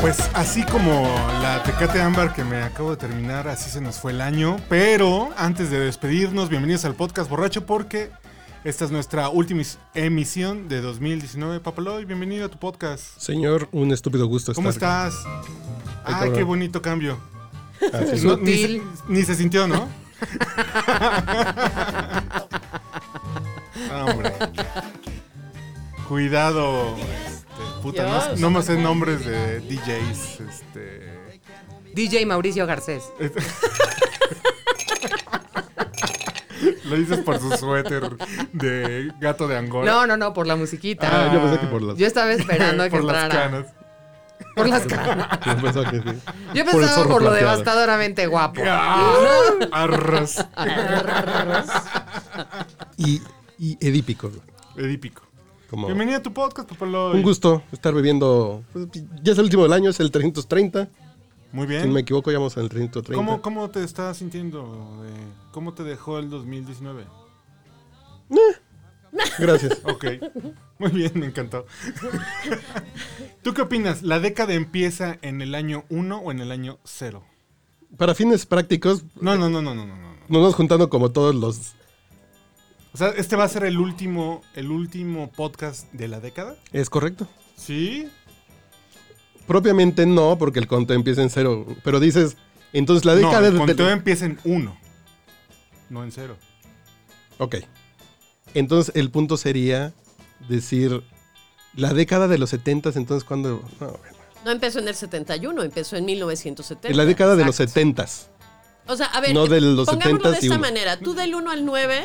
Pues así como la Tecate Ámbar que me acabo de terminar, así se nos fue el año. Pero antes de despedirnos, bienvenidos al podcast borracho porque esta es nuestra última is- emisión de 2019. Papaloy, bienvenido a tu podcast. Señor, un estúpido gusto ¿Cómo estar estás? Ay, qué bonito cambio. aquí. Ah, Así, No, ni, se, Sutil. ni se sintió, ¿no? Ah, Hombre. Cuidado. este, puta, no, Dios. no me sé nombres de DJs. Este. DJ Mauricio Garcés. Lo dices por su suéter de gato de Angola. No, no, no, por la musiquita. Ah, yo pensé que por las. Yo estaba esperando a que por las entrara. canas. Por las canas. Yo pensaba que sí. Yo Por el pensaba por, zorro lo plateado. devastadoramente guapo. ¡Ah! Arras. Y, y edípico. Edípico. Como Bienvenido a tu podcast, Papaloy. un gusto estar bebiendo. pues, Ya es el último del año, es el 330. Muy Si no me bien. equivoco, ya vamos al 330. ¿Cómo, ¿Cómo te estás sintiendo? eh? ¿Cómo te dejó el 2019? Gracias. Ok. Muy bien, me encantó. ¿Tú qué opinas? ¿La década empieza en el año 1 o en el año 0? Para fines prácticos, No, no, no, no, no, no, no. nos vamos juntando como todos los. O sea, este va a ser el último, el último podcast de la década. ¿Es correcto? Sí. Propiamente no, porque el conteo empieza en cero. Pero dices, entonces la No, década el de- conteo empieza en 1. No en 0. Ok. Entonces el punto sería decir la década de los 70 entonces cuando no, bueno. No empezó en el 71, empezó en 1970. en la década de los Exacto. 70 O sea, a ver, no de los pongámoslo de 70s y esta uno. manera. Tú del 1 al 9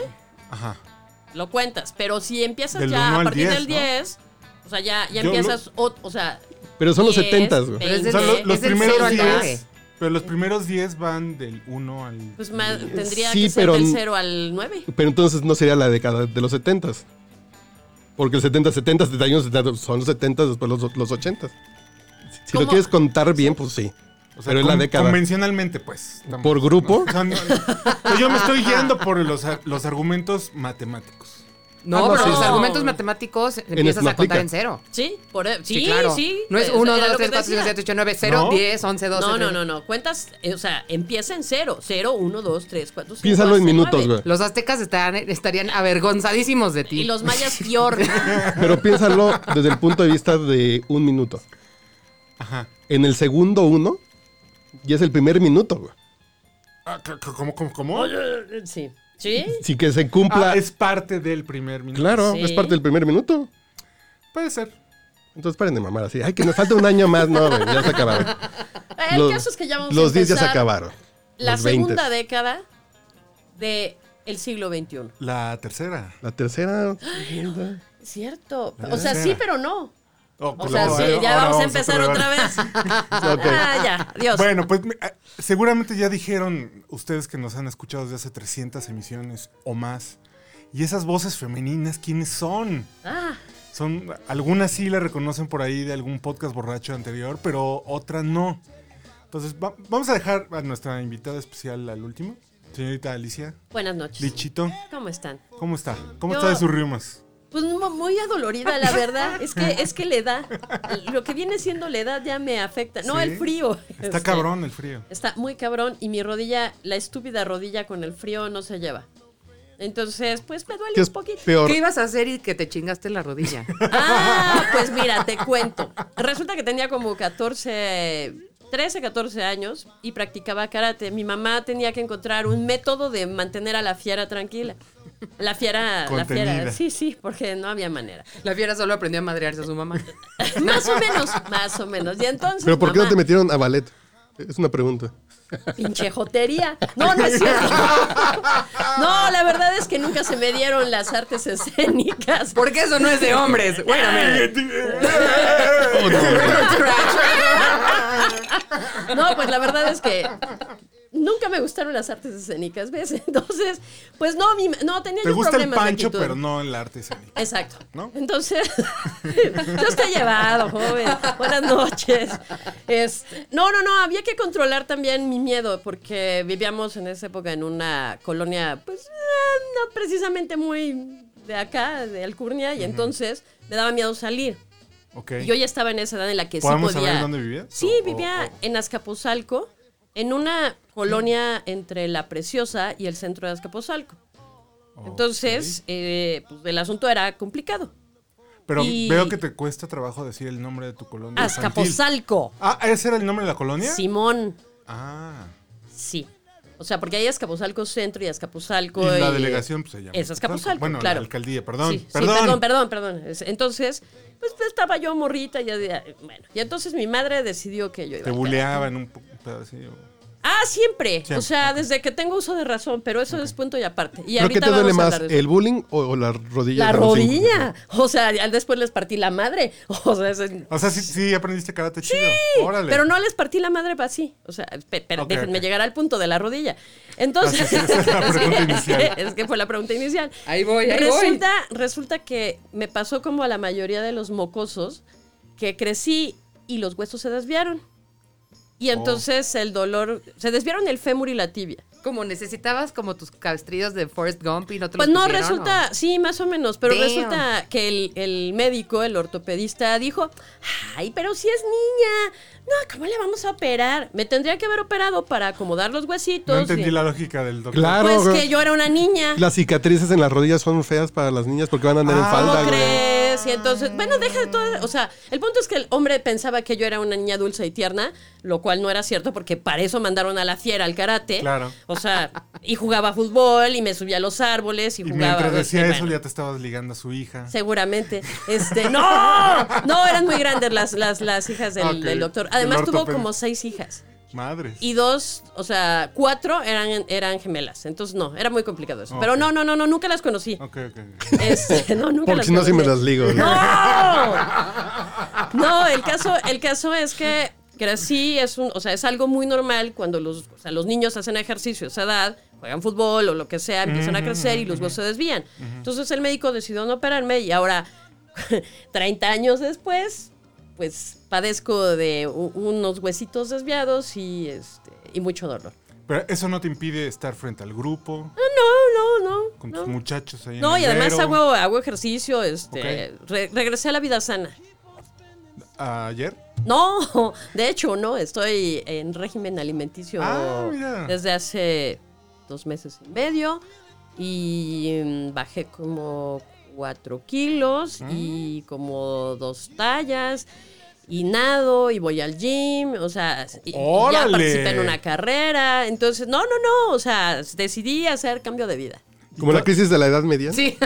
Ajá. lo cuentas, pero si empiezas Del ya 1 a al partir 10, del ¿no? 10, o sea, ya, ya Yo lo- empiezas, o, o sea, Pero son los 10, 70 güey. Pero es O sea, el- lo- los es el primeros cero al 10. nueve. Pero los primeros 10 van del 1 al. pues ma- tendría Sí, que ser pero del n- 0 al 9. Pero entonces no sería la década de los 70 Porque el 70, 70, 71, 70 son los 70 después los, los 80 Si lo ¿Cómo? quieres contar bien, pues sí. O pero es la con- década. Convencionalmente, pues. estamos- ¿Por grupo? O sea, no- pero yo me estoy guiando por los, ar- los argumentos matemáticos. No, Ah, no, pero sí, los sí. argumentos matemáticos empiezas a esmatica. contar en cero. Sí, por, sí, sí, No es pues, 1, era 2, lo 3, que 4, 5, 6, decía. 7, 8, 9, 0, ¿No? 10, 11, 12. No, no, no, no, cuentas, eh, o sea, empieza en 0, 0, 1, 2, 3, 4, 5. Piénsalo en minutos, güey. Los aztecas estarán- estarían avergonzadísimos de ti. Y los mayas peor. Pero piénsalo desde el punto de vista de un minuto. Ajá. En el segundo uno, ya es el primer minuto, güey. Ah, c- c- ¿Cómo, cómo, cómo? sí. ¿Sí? Si que se cumpla. Ah, es parte del primer minuto. Claro, Sí. es parte del primer minuto. Puede ser. Entonces paren de mamar así. Ay, que nos falta un año más. No, güey, ya se acabaron. El Los- caso es que ya vamos Los a 10 ya se empezar acabaron. La Los 20. segunda década de el siglo XXI. La tercera. La tercera. segunda. Cierto. La O sea, tercera. sí, pero no. Oh, O pues, sea, ahora- sí, ya ahora vamos a empezar probar. otra vez. Ok. Ah, ya. Adiós. Bueno, pues me- ah, seguramente ya dijeron ustedes que nos han escuchado desde hace 300 emisiones o más. ¿Y esas voces femeninas quiénes son? Ah, Son algunas sí la reconocen por ahí de algún podcast borracho anterior, pero otras no. Entonces va- vamos a dejar a nuestra invitada especial al último, señorita Alicia buenas noches. Lichito. ¿Cómo están? ¿Cómo está? ¿Cómo Yo- está de sus riumas? Pues mu- muy adolorida, la verdad. Es que es que la edad, lo que viene siendo la edad ya me afecta. No, Sí. el frío. Está Este, cabrón el frío. Está muy cabrón y mi rodilla, la estúpida rodilla con el frío no se lleva. Entonces, pues me ¿Qué duele es un poquito. peor? ¿Qué ibas a hacer y que te chingaste la rodilla? Ah, pues mira, te cuento. Resulta que tenía como 14, 13, 14 años y practicaba karate. Mi mamá tenía que encontrar un método de mantener a la fiera tranquila. La fiera, la Contenida. fiera, sí, sí, porque no había manera. La fiera solo aprendió a madrearse a su mamá. más o menos, más o menos. Y entonces, ¿Pero por qué no mamá, te metieron a ballet? Es una pregunta. Pinche jotería. No, no es cierto. No, la verdad es que nunca se me dieron las artes escénicas. Porque eso no es de hombres. Bueno, mira. No, pues la verdad es que nunca me gustaron las artes escénicas, ¿ves? Entonces, pues no, mi- no tenía Te yo gusta el problemas de pancho, actitud. pero no el arte escénico. Exacto. ¿No? Entonces, yo estoy llevado, joven. Buenas noches. Este, no, no, no, había que controlar también mi miedo, porque vivíamos en esa época en una colonia, pues, eh, no precisamente muy de acá, de Alcurnia, y entonces me daba miedo salir. Ok. Yo ya estaba en esa edad en la que sí podía. ¿Podemos saber dónde vivías? Sí, O- o- vivía o- en Azcapotzalco, en una colonia entre La Preciosa y el centro de Azcapotzalco. Entonces, eh, pues, el asunto era complicado. Pero y- veo que te cuesta trabajo decir el nombre de tu colonia. infantil. Azcapotzalco. Ah, ¿ese era el nombre de la colonia? Simón, Ah. sí. O sea, porque hay Azcapotzalco Centro y Azcapotzalco. Y la delegación, pues se llama. Es Azcapotzalco, Bueno, claro. la alcaldía, perdón. Sí, sí, perdón. perdón, perdón, perdón. Es- Entonces, pues pues, estaba yo morrita y ya, ya- bueno. Y entonces mi madre decidió que yo iba Te a buleaban un po- un pedacillo. Ah, siempre. Siempre, O sea, desde que tengo uso de razón, pero eso es punto y aparte. ¿Pero Y qué ahorita te duele vamos a más, hablar de eso. el bullying o, o la rodilla? La de los cinco? rodilla. O sea, ya después les partí la madre. O sea, ese- O sea, sí, sí aprendiste karate chido. Órale. pero no les partí la madre para así. O sea, pe- pero Ok, déjenme ok. llegar al punto de la rodilla. Entonces, Ah, sí, sí, esa es la pregunta inicial. es que fue la pregunta inicial. Ahí voy, ahí voy. resulta, resulta que me pasó como a la mayoría de los mocosos, que crecí y los huesos se desviaron. Oh. Y entonces el dolor, se desviaron el fémur y la tibia. Como necesitabas como tus cabestrillos de Forrest Gump y no te los Pues no, pusieron, resulta, sí, más o menos, pero Damn. resulta que el, el médico, el ortopedista, dijo, ay, pero si es niña, no, ¿cómo le vamos a operar? Me tendría que haber operado para acomodar los huesitos. No entendí y- la lógica del doctor. Claro. Pues que güey. yo era una niña. Las cicatrices en las rodillas son feas para las niñas porque van a andar en Ah, ¿Cómo falda, güey. crees? Y entonces, bueno, deja de todo. O sea, el punto es que el hombre pensaba que yo era una niña dulce y tierna, lo cual no era cierto porque para eso mandaron a la fiera al karate. Claro. O sea, y jugaba fútbol y me subía a los árboles y Y jugaba. mientras este, decía eso, bueno. ya te estabas ligando a su hija. Seguramente. Este, no, no, eran muy grandes las, las, las hijas del, Ok. del doctor. El Además tuvo ortopedista. como seis hijas. Madres. Y dos, o sea, cuatro eran, eran gemelas. Entonces, no, era muy complicado eso. Pero Ok. no, no, no, no, nunca las conocí. Ok, ok. Este, no, nunca Porque las si no, si me conocí. las ligo. güey. ¡No! No, el caso, el caso es que crecí, es un, o sea, es algo muy normal cuando los, o sea, los niños hacen ejercicio a esa edad, juegan fútbol o lo que sea, empiezan a crecer y los huesos se desvían. Entonces el médico decidió no operarme y ahora, 30 años después, pues padezco de u- unos huesitos desviados y, este, y mucho dolor. Pero eso no te impide estar frente al grupo, No, no, no. con no. tus muchachos ahí en No, el y además mero. hago, hago ejercicio, este, Ok. re- regresé a la vida sana. ¿Ayer? No, de hecho, no, estoy en régimen alimenticio Ah, mira. desde hace dos meses y medio y mm, bajé como cuatro kilos Ah. y como dos tallas y nado y voy al gym, o sea, y- y ya ¡Órale! participé en una carrera, entonces, no, no, no, o sea, decidí hacer cambio de vida. Como la crisis de la edad media. ¿no? Sí.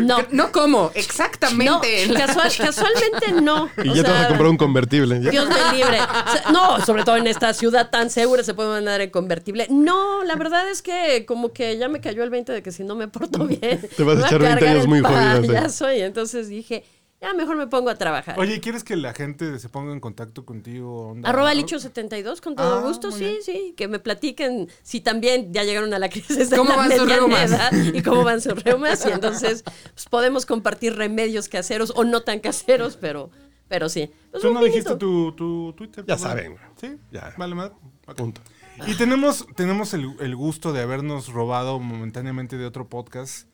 No. No como, No, exactamente. casual- casualmente no. Y o ya te vas sea, a comprar un convertible. ¿ya? Dios me libre. O sea, No, sobre todo en esta ciudad tan segura se puede mandar en convertible. No, la verdad es que como que ya me cayó el 20 de que si no me porto bien. Mm. Te vas a me va echar 20 cargar años el muy ¿eh? jodido, sí. payaso. Y entonces dije, ya mejor me pongo a trabajar. Oye, ¿quieres que la gente se ponga en contacto contigo? Onda? Arroba Licho72, con todo Ah, gusto, muy sí, bien. sí. Que me platiquen si también ya llegaron a la crisis de ¿Cómo la van sus mediana reumas? edad y cómo van sus reumas. Y entonces pues, podemos compartir remedios caseros o no tan caseros, pero, pero sí. Pues, Tú un no vinito. dijiste tu, tu Twitter. Ya perdón. saben, güey. Sí, Ya. vale madre. Ok. Punto. Y tenemos, tenemos el, el gusto de habernos robado momentáneamente de otro podcast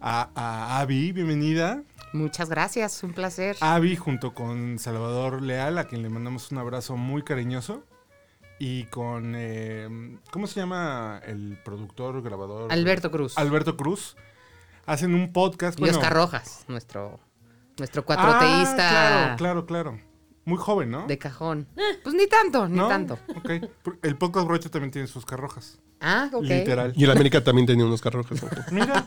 a, a Abby. Bienvenida. Muchas gracias, un placer. Abby junto con Salvador Leal, a quien le mandamos un abrazo muy cariñoso. Y con, eh, ¿cómo se llama el productor, grabador? Alberto Cruz. Alberto Cruz. Hacen un podcast. y bueno, Oscar Rojas, nuestro, nuestro Ah, cuatroteísta claro, claro, claro. Muy joven, ¿no? de cajón. Pues ni tanto, ni ¿No? tanto. Ok. El podcast broche también tiene sus carrojas. Ah, ok. Literal. Y el América también tenía unos carrojes. ¿no? Mira.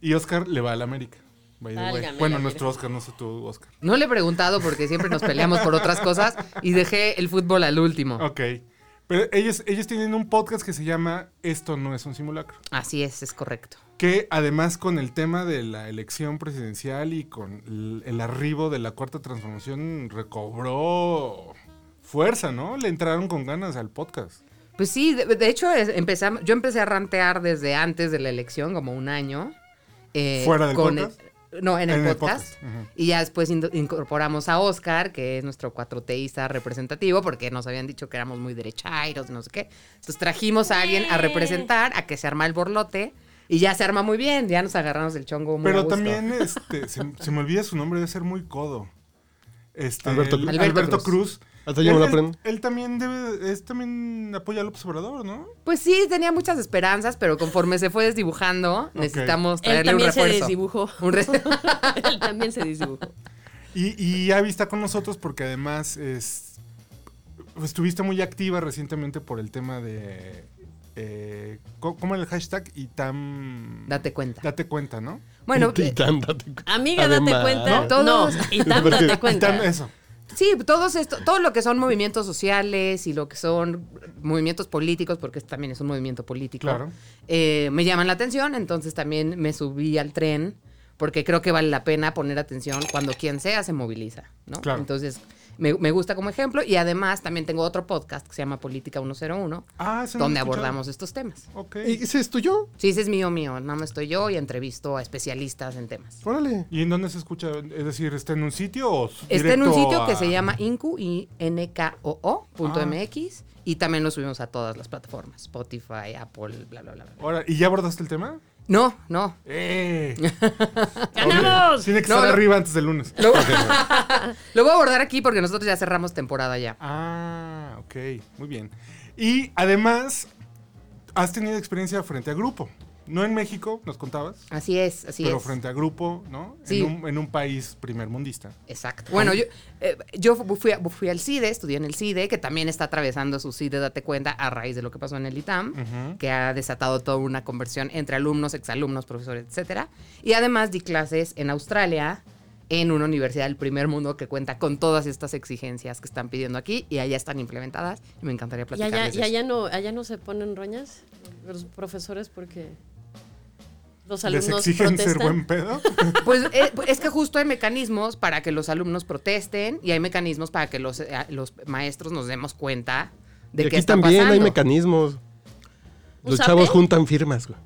Y Oscar le va al América. by the way. Válgame Bueno, la nuestro Oscar, no sé tú, Oscar. No le he preguntado porque siempre nos peleamos por otras cosas y dejé el fútbol al último. Ok. Pero ellos, ellos tienen un podcast que se llama Esto no es un simulacro. Así es, es correcto. Que además con el tema de la elección presidencial y con el, el arribo de la cuarta transformación recobró fuerza, ¿no? Le entraron con ganas al podcast. Pues sí, de, de hecho es- empezam- yo empecé a rantear desde antes de la elección, como un año. eh, ¿Fuera del con podcast? el- no, en el En el podcast. podcast, ujú. Y ya después indo- incorporamos a Oscar, que es nuestro cuatroteísta representativo, porque nos habían dicho que éramos muy derechairos, no sé qué. Entonces trajimos a alguien a representar, a que se arma el borlote. Y ya se arma muy bien, ya nos agarramos el chongo muy a Pero gusto. también este, se, se me olvida su nombre, debe ser muy codo. Este, Alberto el- Cruz. Alberto, Alberto Cruz. Hasta yo me él, lo él- aprendo. él también debe, es también apoya a López Obrador, ¿no? Pues sí, tenía muchas esperanzas, pero conforme se fue desdibujando, necesitamos Él traerle un también se refuerzo. desdibujó. Un re- Él también se desdibujó. Y, y Abby está con nosotros porque además es, estuviste muy activa recientemente por el tema de... eh, co- ¿Cómo era el hashtag? Y tam... Date cuenta. Date cuenta, ¿no? Bueno, eh, Y tan, date cu- Amiga, Además. date cuenta. No, No, todos. y tan date Tam- cuenta. eso. Sí, todos esto, todo lo que son movimientos sociales y lo que son movimientos políticos, porque este también es un movimiento político, Claro. eh, me llaman la atención, entonces también me subí al tren, porque creo que vale la pena poner atención cuando quien sea se moviliza, ¿no? Claro. Entonces, me, me gusta como ejemplo y además también tengo otro podcast que se llama Política 101, Ah, eso no lo donde he escuchado. abordamos estos temas. Ok. ¿Y ese es tuyo? Sí, ese es mío, mío, nada más estoy yo y entrevisto a especialistas en temas. Órale. ¿Y en dónde se escucha? Es decir, ¿está en un sitio o s- Está en un directo sitio que a- Ah. se llama incu, y nkoo.mx y también lo subimos a todas las plataformas, Spotify, Apple, bla, bla, bla. bla. Ahora, ¿Y ya abordaste el tema? No, no. ¡Eh! ¡Ganamos! Tiene que No, estar no. arriba antes del lunes. Lo, lo voy a abordar aquí porque nosotros ya cerramos temporada ya. Ah, ok. Muy bien. Y además, has tenido experiencia frente a grupo. No en México, nos contabas. Así es, así pero es. frente a grupo, ¿no? Sí. En, un, en un país primermundista. Exacto. Bueno, yo, eh, yo fu- fui, a- fui al CIDE, E, estudié en el CIDE, que también está atravesando su CIDE, E, date cuenta, a raíz de lo que pasó en el ITAM, que ha desatado toda una conversión entre alumnos, exalumnos, profesores, etcétera. Y además di clases en Australia, en una universidad del primer mundo que cuenta con todas estas exigencias que están pidiendo aquí y allá están implementadas. Y me encantaría Y allá, platicarles. y eso. allá no, allá no se ponen roñas los profesores porque los ¿Les alumnos exigen protestan. ser buen pedo? Pues eh, es que justo hay mecanismos para que los alumnos protesten y hay mecanismos para que los, eh, los maestros nos demos cuenta de Y que aquí está también hay pasando. mecanismos. Los ¿Un chavos zape? juntan firmas, güey.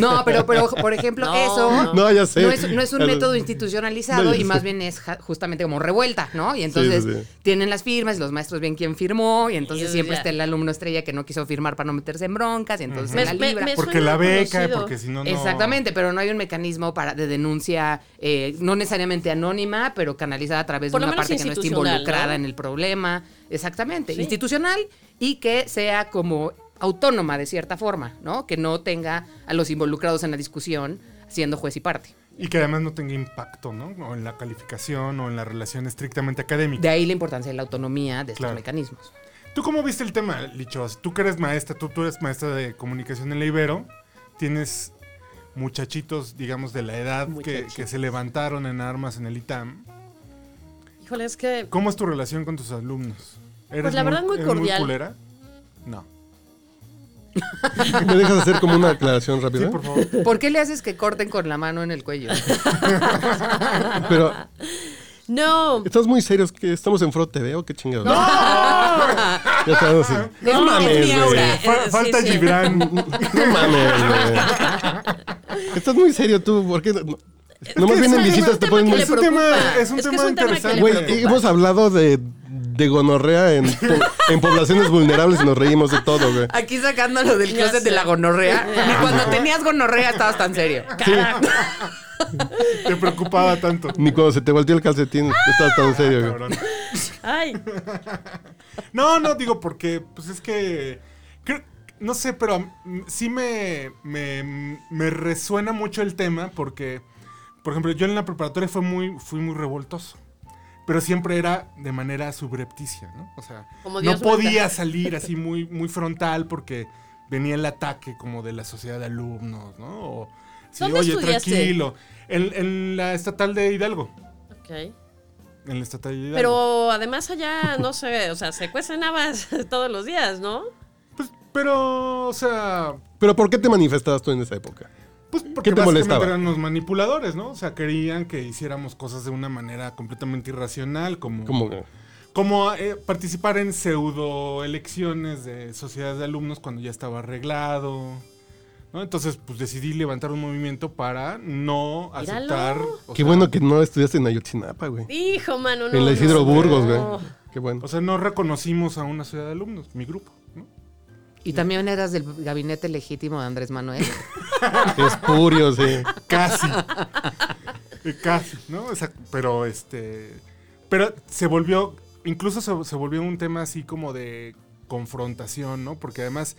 No, pero, pero por ejemplo, No, eso No, ya sé. no es, no es un Ya lo- método institucionalizado No, ya y más sé. bien es ja- justamente como revuelta, ¿no? Y entonces sí, sí. tienen las firmas, los maestros ven quién firmó y entonces Y siempre ya. está el alumno estrella que no quiso firmar para no meterse en broncas y entonces Me- se la me- libra. me porque suena la beca, conocido. porque si no, no. Exactamente, pero no hay un mecanismo para de denuncia, eh, no necesariamente anónima, pero canalizada a través Por de lo una menos parte que no esté institucional, involucrada ¿no? en el problema. Exactamente, Sí. institucional y que sea como autónoma de cierta forma, ¿no? Que no tenga a los involucrados en la discusión siendo juez y parte. Y que además no tenga impacto, ¿no? O en la calificación o en la relación estrictamente académica. De ahí la importancia de la autonomía de estos Claro. mecanismos. ¿Tú cómo viste el tema, Lichos? Tú que eres maestra, tú, tú eres maestra de comunicación en la Ibero, tienes muchachitos, digamos, de la edad que, que se levantaron en armas en el ITAM. Híjole, es que ¿Cómo es tu relación con tus alumnos? ¿Eres Pues la verdad, muy eres cordial. culera? No. ¿Me dejas hacer como una aclaración ¿eh? Sí, rápida? por favor. Eh, ¿Por qué le haces que corten con la mano en el cuello? Pero no. estás muy serios que estamos en Frot TV o qué chingados. Ya estamos así. Es No mi- es mi mames, güey. aura. Fa- Eh, falta sí, sí. Gibran. No mames, güey. Estás muy serio tú, ¿por qué? No, nomás que vienen es un visitas, te tema ponen que muy Es le un tema, preocupa. es un Es que tema es un tema que interesante. le Güey, preocupa. hemos hablado de, de gonorrea en, po- en poblaciones vulnerables y nos reímos de todo, güey. Aquí sacándolo del Ya closet de sé. la gonorrea. Ni cuando tenías gonorrea estabas tan serio. te preocupaba tanto. Ni cuando se te volteó el calcetín, Ah, estás tan serio, güey. Cabrón. Ay, No, no, digo porque, pues es que, creo- no sé, pero mm, sí me, me, me resuena mucho el tema porque, por ejemplo, yo en la preparatoria fue muy, fui muy revoltoso. Pero siempre era de manera subrepticia, ¿no? O sea, Como no Dios podía manda. salir así muy, muy frontal porque venía el ataque como de la sociedad de alumnos, ¿no? O, sí, ¿Dónde oye, estudiaste? tranquilo. En, en la estatal de Hidalgo. ok. en la estatal Hidalgo. Pero además allá, no sé, o sea, se cuecen habas todos los días, ¿no? Pues, pero, o sea, Pero ¿por qué te manifestabas tú en esa época? pues porque te básicamente molestaba? eran los manipuladores, ¿no? O sea, querían que hiciéramos cosas de una manera completamente irracional, como, Como, como, eh, participar en pseudo elecciones de sociedades de alumnos cuando ya estaba arreglado. ¿no? Entonces, pues decidí levantar un movimiento para no aceptar. o qué sea, bueno que no estudiaste en Ayotzinapa, güey. Hijo, mano, no. en la no, Isidro no. Burgos, güey. Qué bueno. O sea, no reconocimos a una sociedad de alumnos, mi grupo. ¿no? Y también eras del gabinete legítimo de Andrés Manuel. es purio, sí. Casi. Eh, Casi, ¿no? O sea, pero este. Pero se volvió. Incluso se, se volvió un tema así como de confrontación, ¿no? Porque además.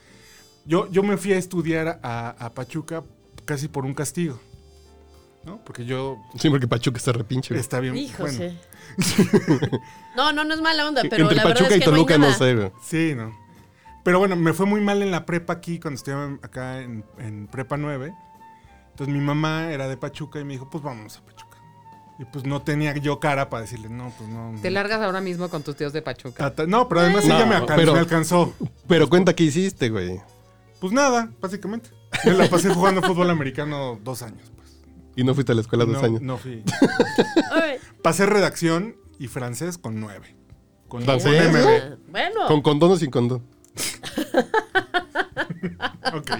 Yo, yo me fui a estudiar a, a Pachuca casi por un castigo. ¿No? Porque yo. Sí, porque Pachuca está repinche, güey. Está bien. Hijo, bueno, sí. No, no, no es mala onda, pero Entre la Pachuca verdad es y que Toluca, güey, no nada. sé, güey. Sí, no. Pero bueno, me fue muy mal en la prepa aquí, cuando estudiaba acá en, en prepa 9. Entonces mi mamá era de Pachuca y me dijo, pues vámonos a Pachuca. Y pues no tenía yo cara para decirle, no, pues no. Te no. largas ahora mismo con tus tíos de Pachuca. Tata- No, pero además ella No, me, alcan- pero- me alcanzó. Pero cuenta qué hiciste, güey. Pues nada, básicamente. Yo la pasé jugando fútbol americano dos años. Pues. Y no fuiste a la escuela dos no, años. no fui. Oye, Pasé redacción y francés con nueve. Con ¿Francés? con M, güey. ah, Bueno, ¿Con condón o sin condón? Ok.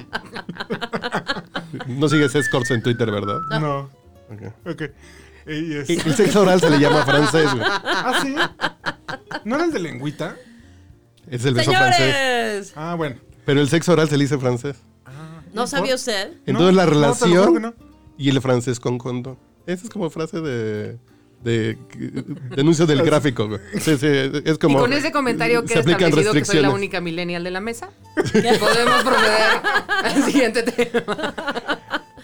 No sigues escorts en Twitter, ¿verdad? No. Ok. Ok. Y es- El sexo oral se le llama francés, güey. Ah, sí. ¿No era el de lengüita? Es el beso francés. señores, Ah, bueno. Pero el sexo oral se le dice francés. no sabía usted. Entonces No, la no, te lo juro relación que no. y el francés con condón. Esa es como frase de, de, de anuncio del gráfico, güey. Sí, sí, es Y como... con ese comentario se que he aplican establecido que soy la restricciones. única millennial de la mesa, podemos proceder al siguiente tema.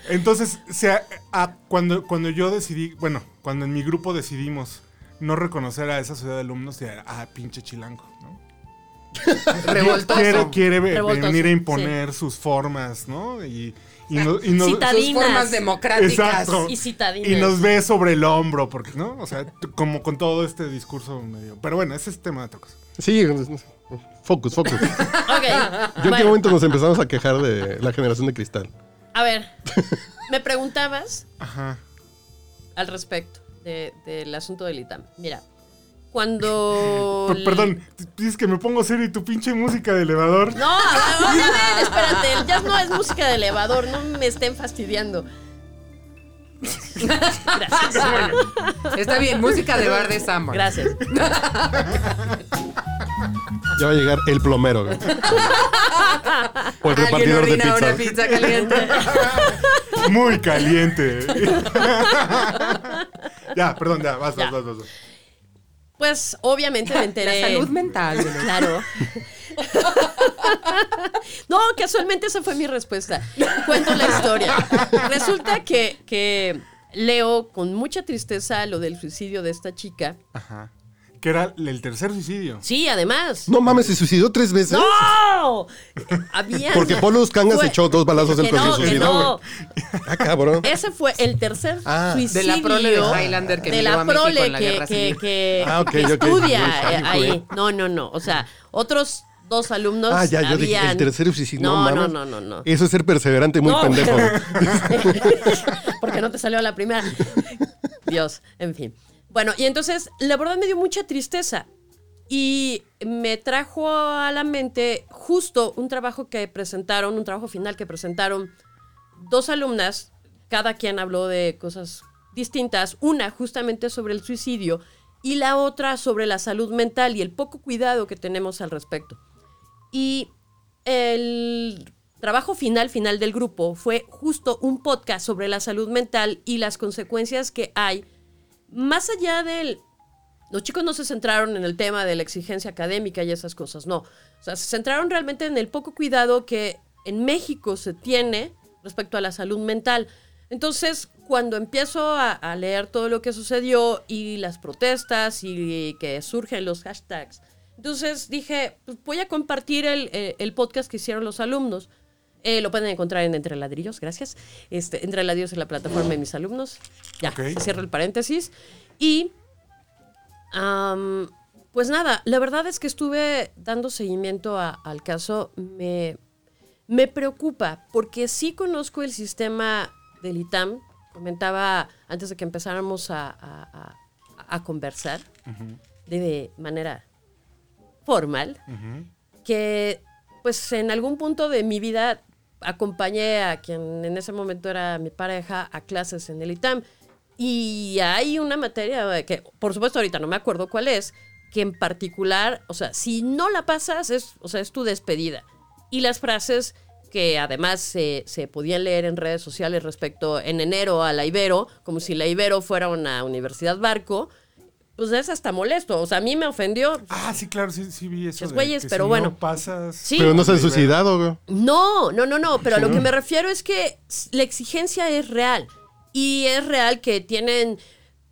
Entonces, se a- a- cuando, cuando yo decidí, bueno, cuando en mi grupo decidimos no reconocer a esa ciudad de alumnos, era, ah, pinche chilango, ¿no? Revoltoso. Quiere, quiere ve- Revoltoso, venir a imponer sus formas, ¿no? Y, y, no- y nos- citadín. Sus formas Dinas. democráticas. Exacto. Y citadinas. y nos ve sobre el hombro, porque, ¿no? O sea, t- como con todo este discurso medio. Pero bueno, ese es tema de otra cosa. Sí, focus, focus. Ok. Yo en qué bueno, momento nos empezamos a quejar de la generación de cristal. A ver, me preguntabas Ajá. al respecto de- del asunto del ITAM. Mira, cuando... P- Perdón, t- dices que me pongo serio y tu pinche música de elevador. No, a ver, a ver, espérate, el jazz no es música de elevador, no me estén fastidiando. Gracias, Está bien, música de bar de Summer. gracias. Ya va a llegar el plomero. güey. O el Alguien repartidor de orina pizza. una pizza caliente. Muy caliente. ya, perdón, ya, vas, vas, Ya. vas, vas, vas. Pues obviamente me La enteré. salud mental. de los- Claro. No, casualmente esa fue mi respuesta. Cuento la historia. Resulta que, que leo con mucha tristeza lo del suicidio de esta chica. Ajá. Que era el tercer suicidio. Sí, además. No mames, se suicidó tres veces. ¡No! Había. Porque Polo Uscanga se Fue- echó dos balazos en Que no, proceso. que no. Ah, cabrón. Ese fue el tercer Ah. De suicidio. la prole de Highlander que de me la llevó a México prole en la que, guerra que- civil. que- Ah, ok, que ok. estudia Ay, eh, ahí. güey. No, no, no. O sea, otros dos alumnos. Ah, ya, yo dije, habían- el tercer suicidio. No, No, no, mames. no, no, no. Eso es ser perseverante y muy No. pendejo. Porque no te salió la primera. Dios, en fin. Bueno, y entonces, la verdad me dio mucha tristeza. Y me trajo a la mente justo un trabajo que presentaron, un trabajo final que presentaron dos alumnas. Cada quien habló de cosas distintas. Una justamente sobre el suicidio y la otra sobre la salud mental y el poco cuidado que tenemos al respecto. Y el trabajo final, final del grupo, fue justo un podcast sobre la salud mental y las consecuencias que hay. Más allá del. Los chicos no se centraron en el tema de la exigencia académica y esas cosas, no. O sea, se centraron realmente en el poco cuidado que en México se tiene respecto a la salud mental. Entonces, cuando empiezo a, a leer todo lo que sucedió y las protestas y que surgen los hashtags entonces dije, pues voy a compartir el, eh, el podcast que hicieron los alumnos. Eh, lo pueden encontrar en Entre Ladrillos, gracias. Este, Entre Ladrillos en la plataforma de mis alumnos. Ya, Ok. se cierra el paréntesis. Y Am, pues nada, la verdad es que estuve dando seguimiento a- al caso. Me, me preocupa porque sí conozco el sistema del ITAM. Comentaba antes de que empezáramos a, a- a- a conversar de manera formal que pues en algún punto de mi vida acompañé a quien en ese momento era mi pareja a clases en el ITAM. Y hay una materia que, por supuesto, ahorita no me acuerdo cuál es, que en particular, o sea, si no la pasas, es, o sea, es tu despedida. Y las frases que además se, se podían leer en redes sociales respecto en enero a la Ibero, como si la Ibero fuera una universidad barco, pues es hasta molesto. O sea, a mí me ofendió. Ah, sí, claro, sí, sí vi eso. Los de güeyes, que pero si bueno. No pasas. Sí. Pero no se han Sí, ¿verdad? suicidado, güey. No, no, no, no, pero a lo que me refiero es que s- la exigencia es real y es real que tienen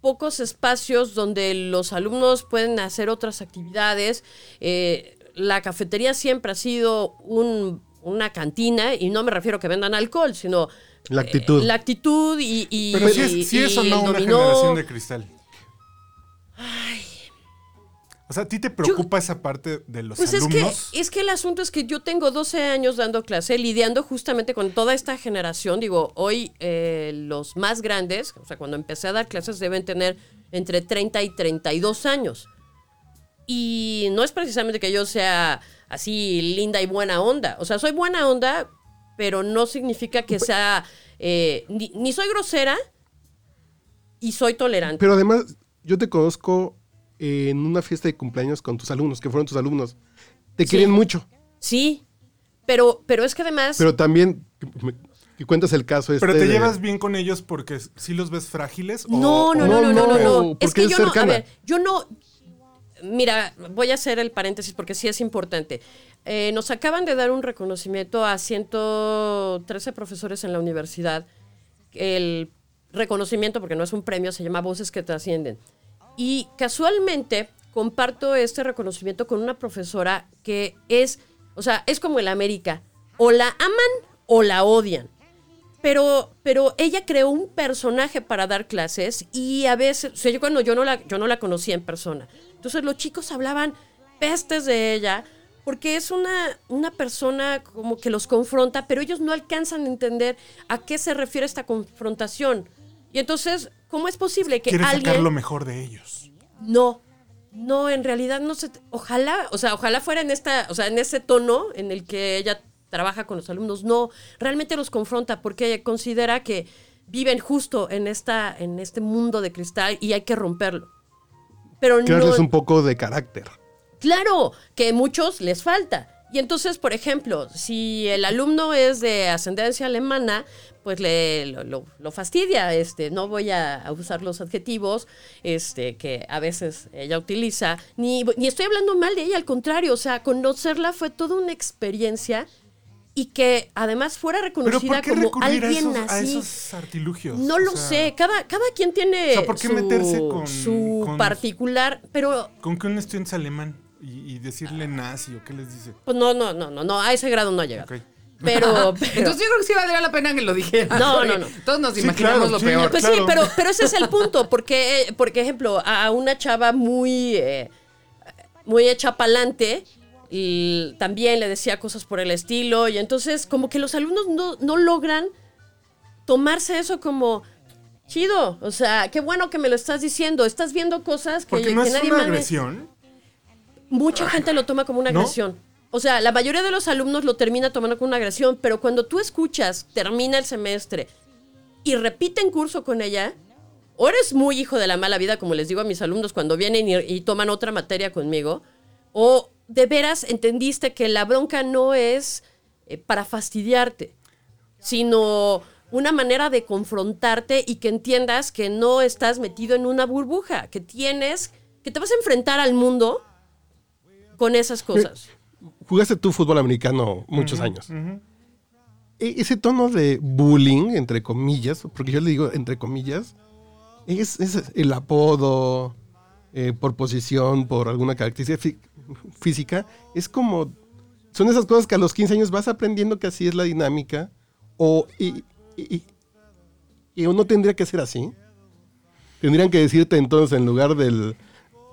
pocos espacios donde los alumnos pueden hacer otras actividades. Eh, la cafetería siempre ha sido un- una cantina y no me refiero a que vendan alcohol, sino La eh, actitud. la actitud y... y- Pero sí y- es, sí es o y no el una dominó. generación de cristal. O sea, ¿a ti te preocupa esa parte de los Pues es que, alumnos? es que el asunto es que yo tengo 12 años dando clase, lidiando justamente con toda esta generación. Digo, hoy eh, los más grandes, o sea, cuando empecé a dar clases deben tener entre 30 y 32 años. Y no es precisamente que yo sea así linda y buena onda. O sea, soy buena onda, pero no significa que sea... eh, ni, ni soy grosera y soy tolerante. Pero además, yo te conozco en una fiesta de cumpleaños con tus alumnos, que fueron tus alumnos. Te Sí. quieren mucho, sí, pero, pero es que además... pero también me- que cuentas el caso este. Pero te de- llevas bien con ellos porque s- sí los ves frágiles. o- No, no, o- no, no, no, no, no, no. Es porque que es yo no, a cercana. ver, yo no. Mira, voy a hacer el paréntesis porque sí es importante. Eh, nos acaban de dar un reconocimiento a 113 profesores en la universidad. El reconocimiento, porque no es un premio, se llama Voces que trascienden. Y casualmente comparto este reconocimiento con una profesora que es, o sea, es como el América. O la aman o la odian pero, pero ella creó un personaje para dar clases y a veces, o sea, yo cuando yo no la, yo no la conocía en persona. Entonces los chicos hablaban pestes de ella porque es una, una persona como que los confronta, pero ellos no alcanzan a entender a qué se refiere esta confrontación. Y entonces, ¿cómo es posible que Quieres sacar alguien... lo mejor de ellos. No, no, en realidad no se. Ojalá, o sea, ojalá fuera en esta, o sea, en ese tono en el que ella trabaja con los alumnos. No, realmente los confronta porque considera que viven justo en esta, en este mundo de cristal y hay que romperlo. Pero no. Crearles un poco de carácter. Claro, que muchos les falta. Y entonces, por ejemplo, si el alumno es de ascendencia alemana, pues le, lo, lo- lo fastidia. Este, no voy a, a usar los adjetivos este, que a veces ella utiliza. Ni, ni estoy hablando mal de ella, al contrario. O sea, conocerla fue toda una experiencia y que además fuera Pero ¿por reconocida qué como recurrir a alguien esos, a así. esos artilugios? No O lo sea, sé, cada, cada quien tiene O sea, ¿por qué su, meterse con- su con- particular, pero Con que un estudiante es alemán y, y decirle Ah. nazi o qué les dice. Pues no, no, no, no, no, a ese grado no ha llegado. Ok. Pero, pues pero- Entonces yo creo que sí valdría la pena que lo dijera. No, porque no, no. Todos nos Sí, imaginamos claro, lo sí. peor. pues sí, claro. pero, pero ese es el punto, porque, eh, por ejemplo, a una chava muy, eh, muy hecha pa'lante, y también le decía cosas por el estilo, y entonces como que los alumnos no, no logran tomarse eso como... Chido, o sea, qué bueno que me lo estás diciendo. Estás viendo cosas que, Porque no que es nadie una más ve". agresión. mucha gente lo toma como una ¿No? agresión. O sea, la mayoría de los alumnos lo termina tomando como una agresión, pero cuando tú escuchas, termina el semestre y repiten curso con ella, o eres muy hijo de la mala vida, como les digo a mis alumnos cuando vienen y, y toman otra materia conmigo, o de veras entendiste que la bronca no es eh, para fastidiarte, sino una manera de confrontarte y que entiendas que no estás metido en una burbuja, que tienes, que te vas a enfrentar al mundo con esas cosas. Jugaste tú fútbol americano muchos años. E- ese tono de bullying, entre comillas, porque yo le digo entre comillas, es, es el apodo eh, por posición, por alguna característica fí- física. Es como. Son esas cosas que a los 15 años vas aprendiendo que así es la dinámica. O, y, y- y- y no tendría que ser así. Tendrían que decirte entonces, en lugar del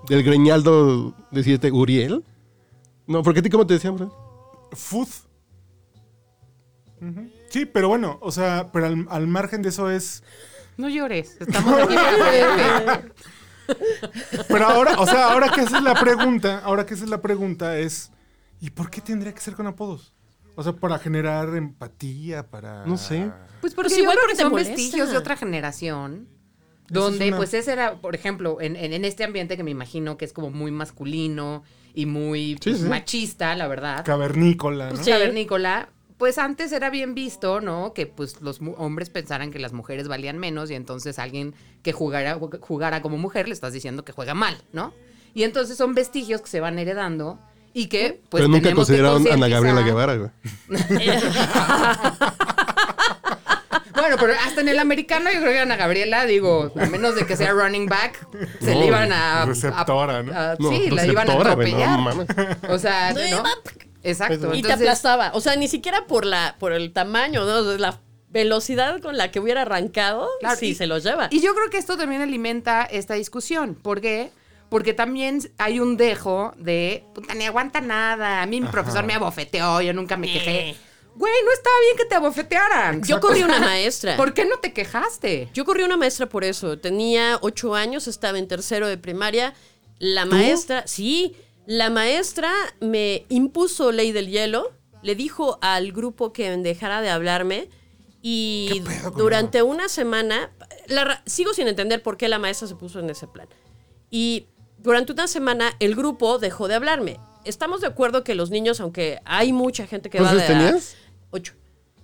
del greñaldo, decirte Uriel. No, porque a ti, ¿cómo te decían, Fran? Food. Ujú. Sí, pero bueno, o sea, pero al, al margen de eso es. No llores. Estamos aquí para bebé. Pero ahora, o sea, ahora que esa es la pregunta, ahora que esa es la pregunta es, ¿y por qué tendría que ser con apodos? O sea, para generar empatía, para... No sé. Pues Pues porque igual igual porque te son molesta. vestigios de otra generación. Eso es Donde, una- pues, ese era, por ejemplo, en, en- en este ambiente que me imagino que es como muy masculino y muy Sí, sí. machista, la verdad. Pues, Cavernícola, ¿no? Sí. Cavernícola. Pues antes era bien visto, ¿no? Que pues los mu- hombres pensaran que las mujeres valían menos y entonces alguien que jugara, jugara como mujer le estás diciendo que juega mal, ¿no? Y entonces son vestigios que se van heredando y que pues pero nunca tenemos que consideraron a Ana concientizar. Gabriela Guevara, güey. Bueno, pero hasta en el americano yo creo que Ana Gabriela, digo, a menos de que sea running back, se No, le iban a... receptora, a- ¿no? a- No, sí, la iban a receptora, güey, no atropellar. mames. o sea, No, ¿no? iba- Exacto. Y te entonces- aplastaba. O sea, ni siquiera por la, por el tamaño, ¿no? La velocidad con la que hubiera arrancado, Claro, sí y- se los lleva. Y yo creo que esto también alimenta esta discusión. ¿Por qué? Porque también hay un dejo de, puta, ni aguanta nada. A mí mi profesor me abofeteó, yo nunca me quejé. Güey, no estaba bien que te abofetearan. Eh. Yo corrí una maestra. ¿Por qué no te quejaste? Yo corrí una maestra por eso. Tenía ocho años, estaba en tercero de primaria. La maestra, sí, la maestra me impuso ley del hielo. Le dijo al grupo que dejara de hablarme. Y durante una semana, la ra- sigo sin entender por qué la maestra se puso en ese plan. Y durante una semana el grupo dejó de hablarme. Estamos de acuerdo que los niños, aunque hay mucha gente que va ¿Cuántos de... a- tenías? Ocho.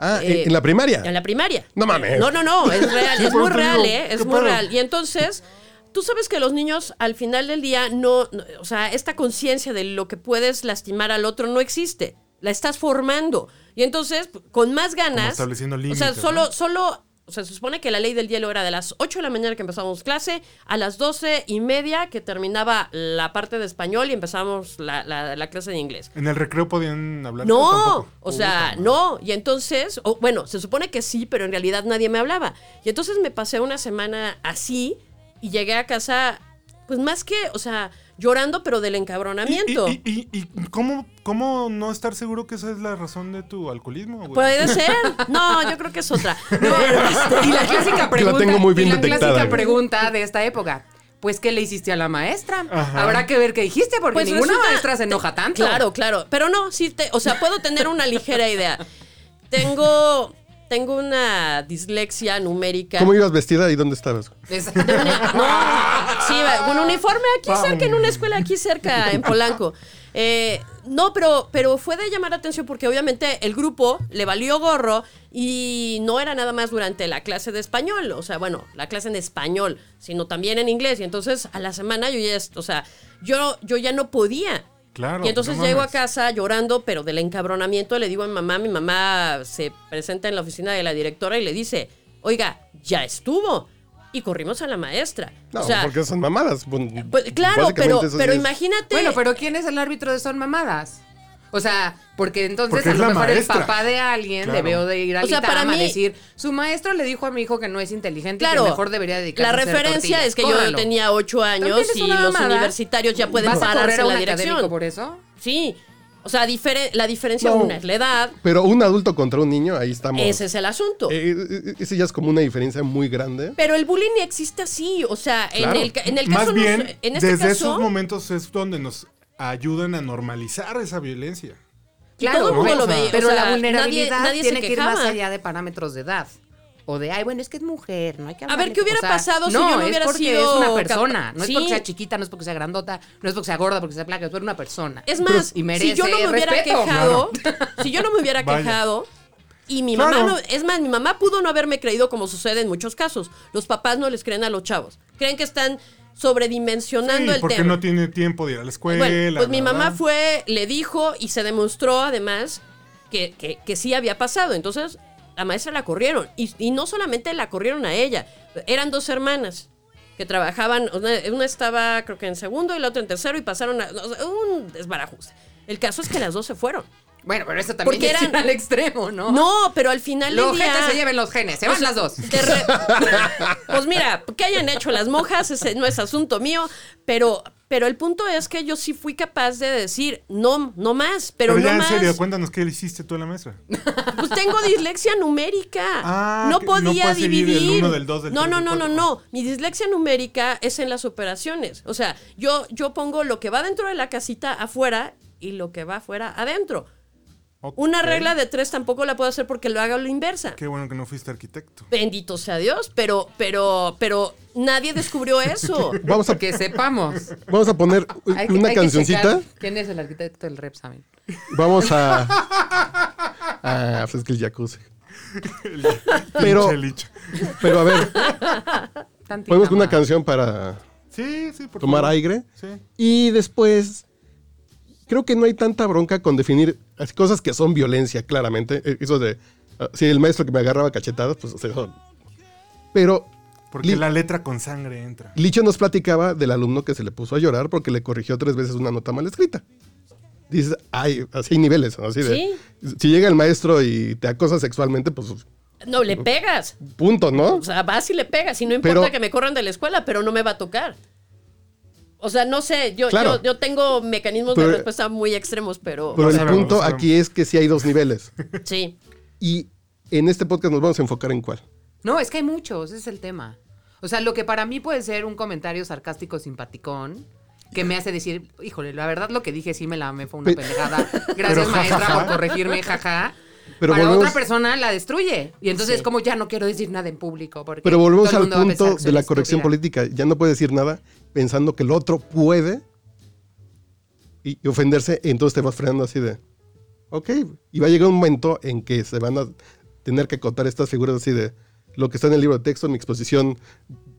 Ah, ¿en- Eh, ¿en la primaria? En la primaria. No mames. No, no, no, es real, Sí, es por muy eso real, digo, ¿eh? ¿qué Es muy pedo? real. Y entonces, tú sabes que los niños al final del día no, no- o sea, esta conciencia de lo que puedes lastimar al otro no existe. La estás formando. Y entonces, p- con más ganas. Como estableciendo O límites, sea, solo, ¿no? solo. O sea, se supone que la ley del hielo era de las 8 de la mañana que empezábamos clase, a las 12 y media que terminaba la parte de español y empezábamos la- la- la clase de inglés. En el recreo podían hablar. No, Tampoco. o sea, Puta madre. no. Y entonces, o, bueno, se supone que sí, pero en realidad nadie me hablaba. Y entonces me pasé una semana así y llegué a casa, pues más que, o sea, llorando, pero del encabronamiento. ¿Y, y, y- y cómo, cómo no estar seguro que esa es la razón de tu alcoholismo, güey? Puede ser. No, yo creo que es otra. No, este, y la clásica pregunta, tengo muy bien y la detectada, clásica güey. pregunta de esta época. Pues, ¿qué le hiciste a la maestra? Ajá. Habrá que ver qué dijiste, porque Pues ninguna resulta- maestra se enoja tanto. Claro, claro. Pero no, sí, te, o sea, puedo tener una ligera idea. Tengo, tengo una dislexia numérica. ¿Cómo ibas vestida y dónde estabas? Es- De uni- no, sí, va, un uniforme aquí Pam. cerca, en una escuela aquí cerca, en Polanco. Eh, no, pero, pero fue de llamar la atención porque obviamente el grupo le valió gorro y no era nada más durante la clase de español, o sea, bueno, la clase en español, sino también en inglés. Y entonces a la semana yo ya, est- o sea, yo, yo ya no podía. Claro, Y entonces no llego a mames. casa llorando, pero del encabronamiento le digo a mi mamá, mi mamá se presenta en la oficina de la directora y le dice, oiga, ya estuvo. Y corrimos a la maestra. No, o sea, porque son mamadas. pues, claro, Básicamente pero, eso pero sí es- imagínate. Bueno, pero ¿quién es el árbitro de Son Mamadas? O sea, porque entonces Porque a es lo la mejor maestra. el papá de alguien Claro. debió de ir al O sea, para Itam a mí- decir, su maestro le dijo a mi hijo que no es inteligente y Claro, que mejor debería dedicarse la a hacer referencia tortillas. es que yo Córralo. tenía ocho años También es y una los mamada. universitarios ya pueden ¿Vas a correr a pararse en un la académico dirección. por eso? Sí. O sea, difere- la diferencia No. una es la edad. Pero un adulto contra un niño, ahí estamos. Ese es el asunto. Eh, eh, ese ya es como una diferencia muy grande. Pero el bullying existe así, o sea, Claro. en el, ca- en el Más caso nos- bien, en este desde caso, esos momentos es donde nos ayudan a normalizar esa violencia. Claro, todo el mundo güey, lo o sea, veía, o Pero sea, la nadie- vulnerabilidad nadie se tiene que ir quejaba. más allá de parámetros de edad. O de, ay, bueno, es que es mujer, no hay que ver, hablarle- ¿qué hubiera o sea, pasado si yo no es hubiera porque sido Es una capa- persona. No es porque Sí. sea chiquita, no es porque sea grandota, no es porque sea gorda, porque sea placa, es porque una persona. Es más, y si merece yo no me hubiera respeto. quejado, si yo no me hubiera Vaya. quejado, y mi Claro. mamá no, es más, mi mamá pudo no haberme creído como sucede en muchos casos. Los papás no les creen a los chavos. Creen que están sobredimensionando Sí, el porque tema. no tiene tiempo de ir a la escuela. Bueno, pues mi bla, mamá bla. fue, le dijo y se demostró además que, que- que sí había pasado. Entonces, la maestra la corrieron. Y, y no solamente la corrieron a ella, eran dos hermanas que trabajaban, una, una estaba creo que en segundo y la otra en tercero y pasaron a o sea, un desbarajuste. El caso es que las dos se fueron. Bueno, pero eso también Porque es eran- ir al extremo, ¿no? No, pero al final Los del día- jetes se lleven los genes, se van las dos. de re- pues mira, que hayan hecho las monjas, ese no es asunto mío, pero, Pero el punto es que yo sí fui capaz de decir, no, no más, pero, Pero no ya en más. serio, cuéntanos qué le hiciste tú a la maestra. Pues tengo dislexia numérica. Ah, no que no podía puedes dividir dividir. el uno del dos del no, tres no, del no, no, cuatro. no. Mi dislexia numérica es en las operaciones. O sea, yo, yo pongo lo que va dentro de la casita afuera y lo que va afuera adentro. Una Ok. regla de tres tampoco la puedo hacer porque lo haga a la inversa. Qué bueno que no fuiste arquitecto. Bendito sea Dios, pero, pero, pero nadie descubrió eso. Vamos a, Que sepamos. vamos a poner Hay que- una hay que cancioncita. checar ¿Quién es el arquitecto del rep, saben? Vamos a. Ah, pues es que el jacuzzi. Pero, Pinche licha. pero a ver, Tantita ponemos una más. canción para Sí, sí, por tomar favor. aire. Sí. Y después, creo que no hay tanta bronca con definir las cosas que son violencia, claramente. Eh, Eso de, ah, si el maestro que me agarraba cachetadas, pues... o sea, no. Pero Porque Li- la letra con sangre entra. Licho nos platicaba del alumno que se le puso a llorar porque le corrigió tres veces una nota mal escrita. Dices, ay, así hay niveles, ¿no? Así de, Sí. Si llega el maestro y te acosa sexualmente, pues No, le pegas. punto, ¿no? O sea, vas y le pegas. Y no importa Pero- que me corran de la escuela, pero no me va a tocar. O sea, no sé, yo, Claro. yo, yo tengo mecanismos Pero- de respuesta muy extremos, pero Pero No el sabemos, punto no sabemos. aquí es que sí hay dos niveles. sí. Y en este podcast nos vamos a enfocar en cuál. No, es que hay muchos, ese es el tema. O sea, lo que para mí puede ser un comentario sarcástico simpaticón que me hace decir, híjole, la verdad lo que dije sí me la me fue una Pe- pendejada. Pero Gracias maestra jajaja. por corregirme, jaja. Pero para volvemos- otra persona la destruye. Y entonces como ya no quiero decir nada en público porque Pero volvemos todo al el mundo va a pensar punto que de soy la corrección estúpida. política. Ya no puede decir nada pensando que el otro puede y, y ofenderse. Entonces te vas frenando así de, ok. Y va a llegar un momento en que se van a tener que acotar estas figuras así de, lo que está en el libro de texto, mi exposición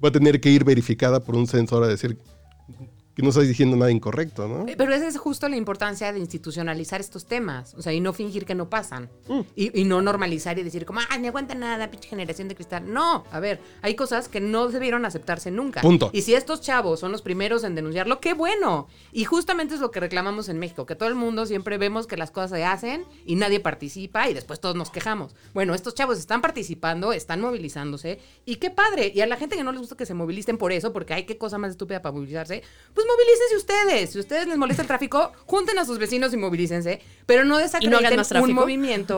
va a tener que ir verificada por un censor a decir que no estoy diciendo nada incorrecto, ¿no? Eh, Pero esa es justo la importancia de institucionalizar estos temas, o sea, y no fingir que no pasan, Mm. y, y no normalizar y decir como, ay, me aguanta nada, pinche generación de cristal. No, a ver, hay cosas que no debieron aceptarse nunca. Punto. Y si estos chavos son los primeros en denunciarlo, qué bueno. Y justamente es lo que reclamamos en México, que todo el mundo siempre vemos que las cosas se hacen y nadie participa y después todos nos quejamos. Bueno, estos chavos están participando, están movilizándose y qué padre. Y a la gente que no les gusta que se movilicen por eso, porque hay qué cosa más estúpida para movilizarse, pues movilícense ustedes. Si ustedes les molesta el tráfico, junten a sus vecinos y movilícense, pero no desacrediten más un tráfico. movimiento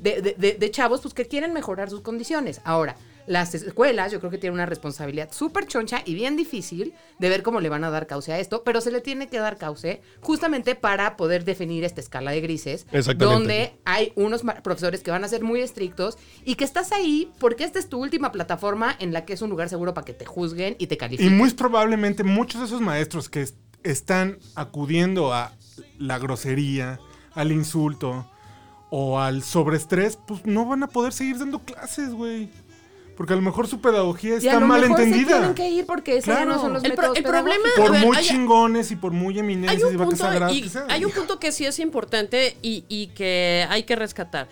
de, de- de- de chavos pues, que quieren mejorar sus condiciones. Ahora, las escuelas yo creo que tienen una responsabilidad súper choncha y bien difícil de ver cómo le van a dar cauce a esto, pero se le tiene que dar cauce justamente para poder definir esta escala de grises, Exactamente. donde hay unos ma- profesores que van a ser muy estrictos y que estás ahí porque esta es tu última plataforma en la que es un lugar seguro para que te juzguen y te Y califiquen. muy probablemente muchos de esos maestros que es- están acudiendo a la grosería, al insulto o al sobreestrés, pues no van a poder seguir dando clases, güey. Porque a lo mejor su pedagogía Y a está lo mal mejor se entendida. tienen que ir porque esos ya Claro. no son los El pro- métodos el problema- pedagógicos. Por A ver, muy hay- chingones y por muy eminentes Hay un, y vacas punto, sagradas y- que sean. hay un punto que sí es importante y, y que hay que rescatar.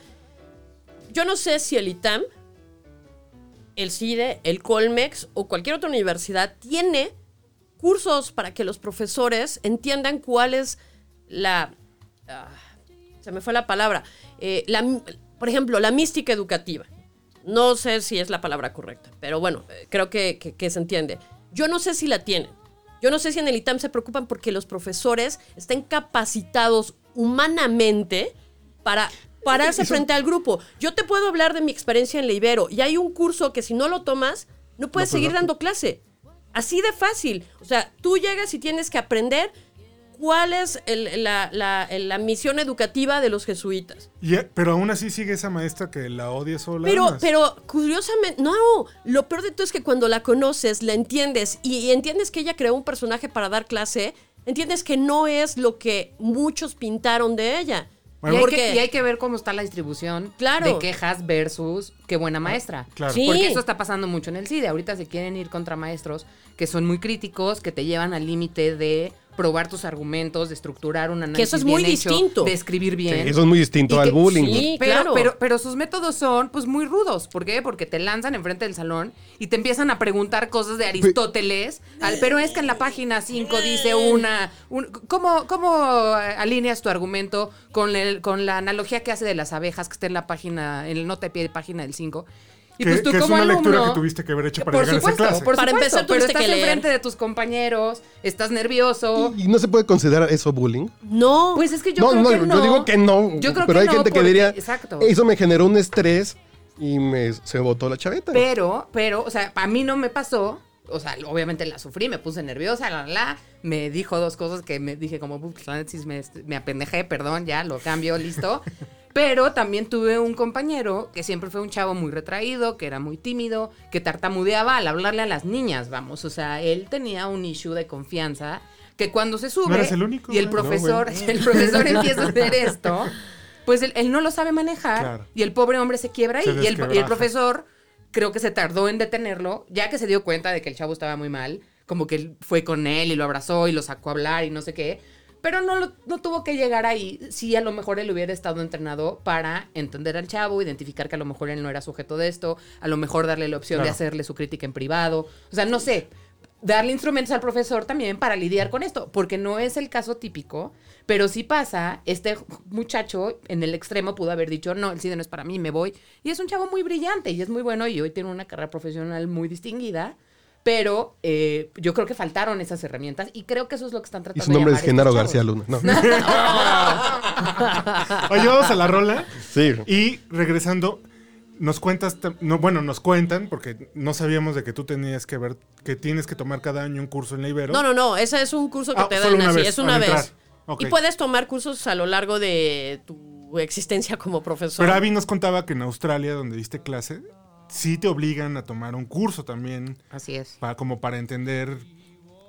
Yo no sé si el ITAM, el CIDE, E, el Colmex o cualquier otra universidad tiene cursos para que los profesores entiendan cuál es la... ah, se me fue la palabra. eh, la m- por ejemplo, la mística educativa. No sé si es la palabra correcta, pero bueno, eh, creo que, que- que se entiende. Yo no sé si la tienen. Yo no sé si en el ITAM se preocupan porque los profesores estén capacitados humanamente para pararse frente al grupo. Yo te puedo hablar de mi experiencia en la Ibero y hay un curso que si no lo tomas, no puedes seguir dando clase. Así de fácil. O sea, tú llegas y tienes que aprender cuál es el- la, la- la misión educativa de los jesuitas. Y- eh, pero aún así sigue esa maestra que la odia sola. Pero, pero curiosamente, no, lo peor de todo es que cuando la conoces, la entiendes y, y entiendes que ella creó un personaje para dar clase, entiendes que no es lo que muchos pintaron de ella. y, hay Porque- que, y hay que ver cómo está la distribución Claro. Ah, de quejas versus qué buena maestra. claro. Sí. Porque eso está pasando mucho en el CIDE. E. Ahorita se quieren ir contra maestros que son muy críticos, que te llevan al límite de probar tus argumentos, de estructurar un análisis. eso es muy bien hecho, distinto. De escribir bien. Eso es muy distinto Y al que- bullying. sí, güey. Pero, claro. pero, pero sus métodos son pues muy rudos. ¿Por qué? Porque te lanzan enfrente del salón y te empiezan a preguntar cosas de Aristóteles. al, pero es que en la página 5 dice una. un- ¿cómo, ¿Cómo eh, alineas tu argumento con, el, con la analogía que hace de las abejas que está en la página, en el nota de pie de página del 5? Y que, pues tú que como es una alumno, lectura que tuviste que haber hecho para por llegar supuesto, a esa clase. por Para supuesto, empezar pero tuviste estás que leer. enfrente de tus compañeros, estás nervioso. ¿Y no se puede considerar eso bullying? No. Pues es que yo no, creo no, que no. yo digo que no. Yo creo pero que hay no, gente que porque- diría, exacto. eso me generó un estrés y me, se botó la chaveta. Pero, pero, o sea, a mí no me pasó. O sea, obviamente la sufrí, me puse nerviosa, la, la, la. Me dijo dos cosas que me dije como, "Ups, la neta sí me, me apendejé, perdón, ya lo cambio, listo. Pero también tuve un compañero que siempre fue un chavo muy retraído, que era muy tímido, que tartamudeaba al hablarle a las niñas, vamos. O sea, él tenía un issue de confianza que cuando se sube eres el único, y el güey. No, güey. profesor, el profesor empieza a hacer esto, pues él, él no lo sabe manejar Claro. y el pobre hombre se quiebra ahí. Se y, el, y el desquebraja. profesor profesor creo que se tardó en detenerlo, ya que se dio cuenta de que el chavo estaba muy mal, como que él fue con él y lo abrazó y lo sacó a hablar y no sé qué, pero no, lo- no tuvo que llegar ahí, si a lo mejor él hubiera estado entrenado para entender al chavo, identificar que a lo mejor él no era sujeto de esto, a lo mejor darle la opción de Claro. hacerle su crítica en privado, o sea, no sé. Darle instrumentos al profesor también para lidiar con esto, porque no es el caso típico, pero si pasa, este muchacho en el extremo pudo haber dicho, no, el cine no es para mí, me voy. Y es un chavo muy brillante y es muy bueno y hoy tiene una carrera profesional muy distinguida, pero eh, yo creo que faltaron esas herramientas y creo que eso es lo que están y tratando su nombre de es Genaro García Luna. No. Oye, vamos a la rola. sí. Y regresando, nos cuentas, tam- no, bueno, nos cuentan, porque no sabíamos de que tú tenías que ver, que tienes que tomar cada año un curso en la Ibero. No, no, no. Ese es un curso que Ah, te solo dan una así. vez, es una al vez. entrar. Ok. Y puedes tomar cursos a lo largo de tu existencia como profesor. Pero Avi nos contaba que en Australia, donde diste clase, sí te obligan a tomar un curso también, Así es. para, como para entender.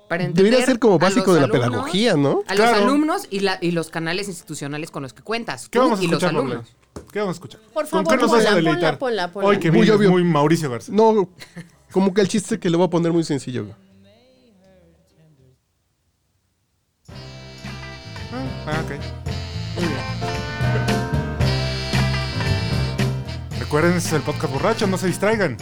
Para Debería entender ser como a básico los de la alumnos, pedagogía, ¿no? A Claro. los alumnos y, la- y los canales institucionales con los que cuentas. ¿Qué tú vamos a y los escuchar, alumnos. Paula? ¿Qué vamos a escuchar? Por ¿Con qué favor, nos vas a ponla, ponla, deleitar? ponla, ponla. Hoy que Muy muy, obvio. muy Mauricio García. No, como que el chiste que le voy a poner muy sencillo. güey. Ah, ok. Recuerden, este es el podcast borracho, no se distraigan.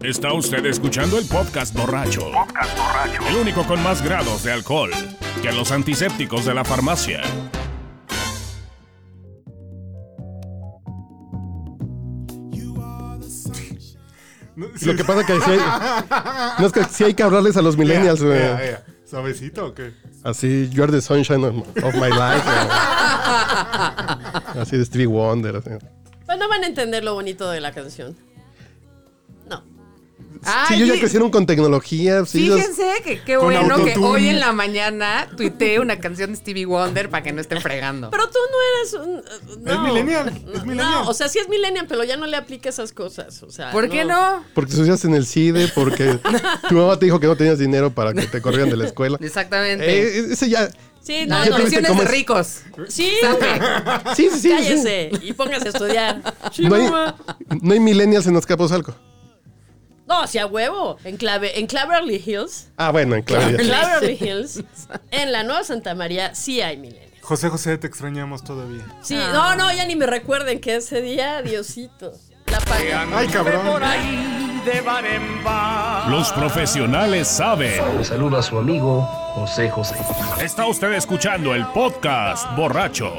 Está usted escuchando el podcast borracho. El único con más grados de alcohol que los antisépticos de la farmacia. No, sí, Lo que pasa que sí hay, no, es que sí hay que hablarles a los millennials. güey. Ea, ea, ea. ¿Suavecito o qué? Así, you are the sunshine of of my life. güey. así de Street Wonder. así. Pues no van a entender lo bonito de la canción. No. Ay, Sí, ellos ya sí. crecieron con tecnología. sí, ellos- Fíjense que qué Con bueno que autotune. hoy en la mañana tuiteé una canción de Stevie Wonder para que no estén fregando. Pero tú no eres un. uh, no. Es millennial, es No, millennial. No, o sea, sí es millennial, pero ya no le aplica esas cosas. O sea, ¿Por qué no? Porque estudiaste en el CIDE, E, porque tu mamá te dijo que no tenías dinero para que te corrieran de la escuela. Exactamente. Eh, ese ya. Sí, no, Las ya no. tuviste depresiones cómo de es. ricos. Sí, Sí, sí, sí. sí. cállese y póngase a estudiar. Sí, No, hay, mamá. no hay millennials en Azcapotzalco. No, sí, a huevo. En, clave, en Claverly Hills. Ah, bueno, en Claudia. En Claverly Hills. En la Nueva Santa María sí hay millennials. José José, te extrañamos todavía. Sí, Ah. no, no, ya ni me recuerden que ese día, Diosito. La pagué. Ay, cabrón. Los profesionales saben. Le saluda a su amigo José José. Está usted escuchando el podcast borracho.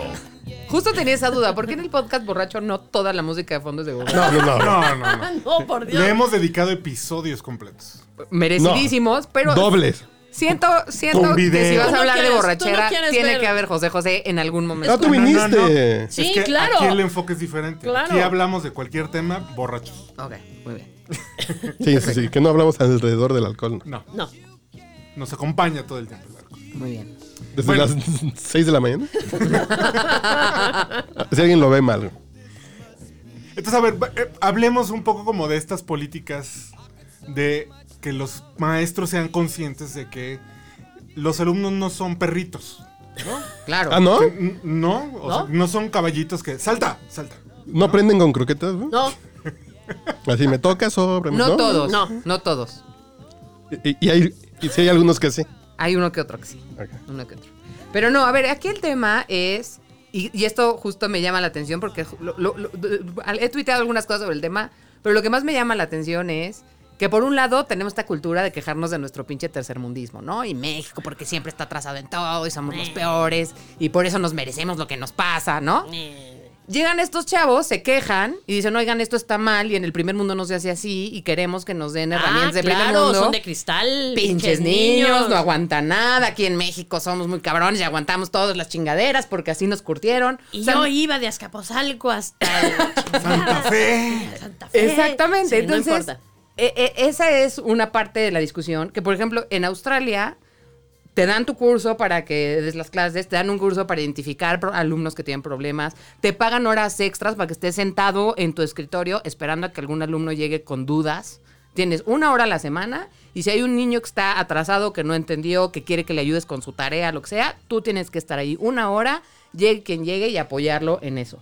Justo tenía esa duda. ¿Por qué en el podcast borracho no toda la música de fondo es de Google? No, no, no. No, no, no. Ah, No, por Dios. Le hemos dedicado episodios completos. Merecidísimos, pero. Dobles. Siento, siento Con que video. si vas Tú no a hablar de quieres- tú no borrachera, quieres tiene ver. que haber José José en algún momento. Ah, tú No, no, no. viniste. Es Sí, que claro. Aquí el enfoque es diferente. Claro. Aquí hablamos de cualquier tema, borrachos. Ok, muy bien. Sí, sí, sí, que no hablamos alrededor del alcohol. No, No. nos acompaña todo el tiempo. el alcohol. Muy bien. Desde Bueno. las 6 de la mañana. si alguien lo ve mal. Entonces, a ver, va- eh, hablemos un poco como de estas políticas de que los maestros sean conscientes de que los alumnos no son perritos. Claro. Ah, ¿no? Que n- No, o sea, ¿No? no son caballitos que... ¡Salta! ¡Salta! ¿No aprenden con croquetas? no? No, Así me toca sobre. No, todos. No. No. todos. Y, y hay, y sí hay algunos que sí. Hay uno que otro que sí. Ok. Uno que otro. Pero no, a ver, aquí el tema es. Y, y esto justo me llama la atención porque lo- lo- lo- he tuiteado algunas cosas sobre el tema, pero lo que más me llama la atención es que por un lado tenemos esta cultura de quejarnos de nuestro pinche tercermundismo, ¿no? Y México porque siempre está atrasado en todo y somos Eh. los peores y por eso nos merecemos lo que nos pasa, ¿no? Eh. Llegan estos chavos, se quejan y dicen, oigan, esto está mal y en el primer mundo no se hace así y queremos que nos den herramientas ah, de primer claro, mundo son de cristal. pinches niños, no aguantan nada. Aquí en México somos muy cabrones y aguantamos todas las chingaderas porque así nos curtieron. Y O sea, yo iba de Azcapotzalco hasta el- ¡Santa Fe! Santa Fe. exactamente. Sí, no Entonces, importa. eh, eh, esa es una parte de la discusión que, por ejemplo, en Australia te dan tu curso para que des las clases, te dan un curso para identificar pro- alumnos que tienen problemas, te pagan horas extras para que estés sentado en tu escritorio esperando a que algún alumno llegue con dudas. Tienes una hora a la semana y si hay un niño que está atrasado, que no entendió, que quiere que le ayudes con su tarea, lo que sea, tú tienes que estar ahí una hora, llegue quien llegue y apoyarlo en eso.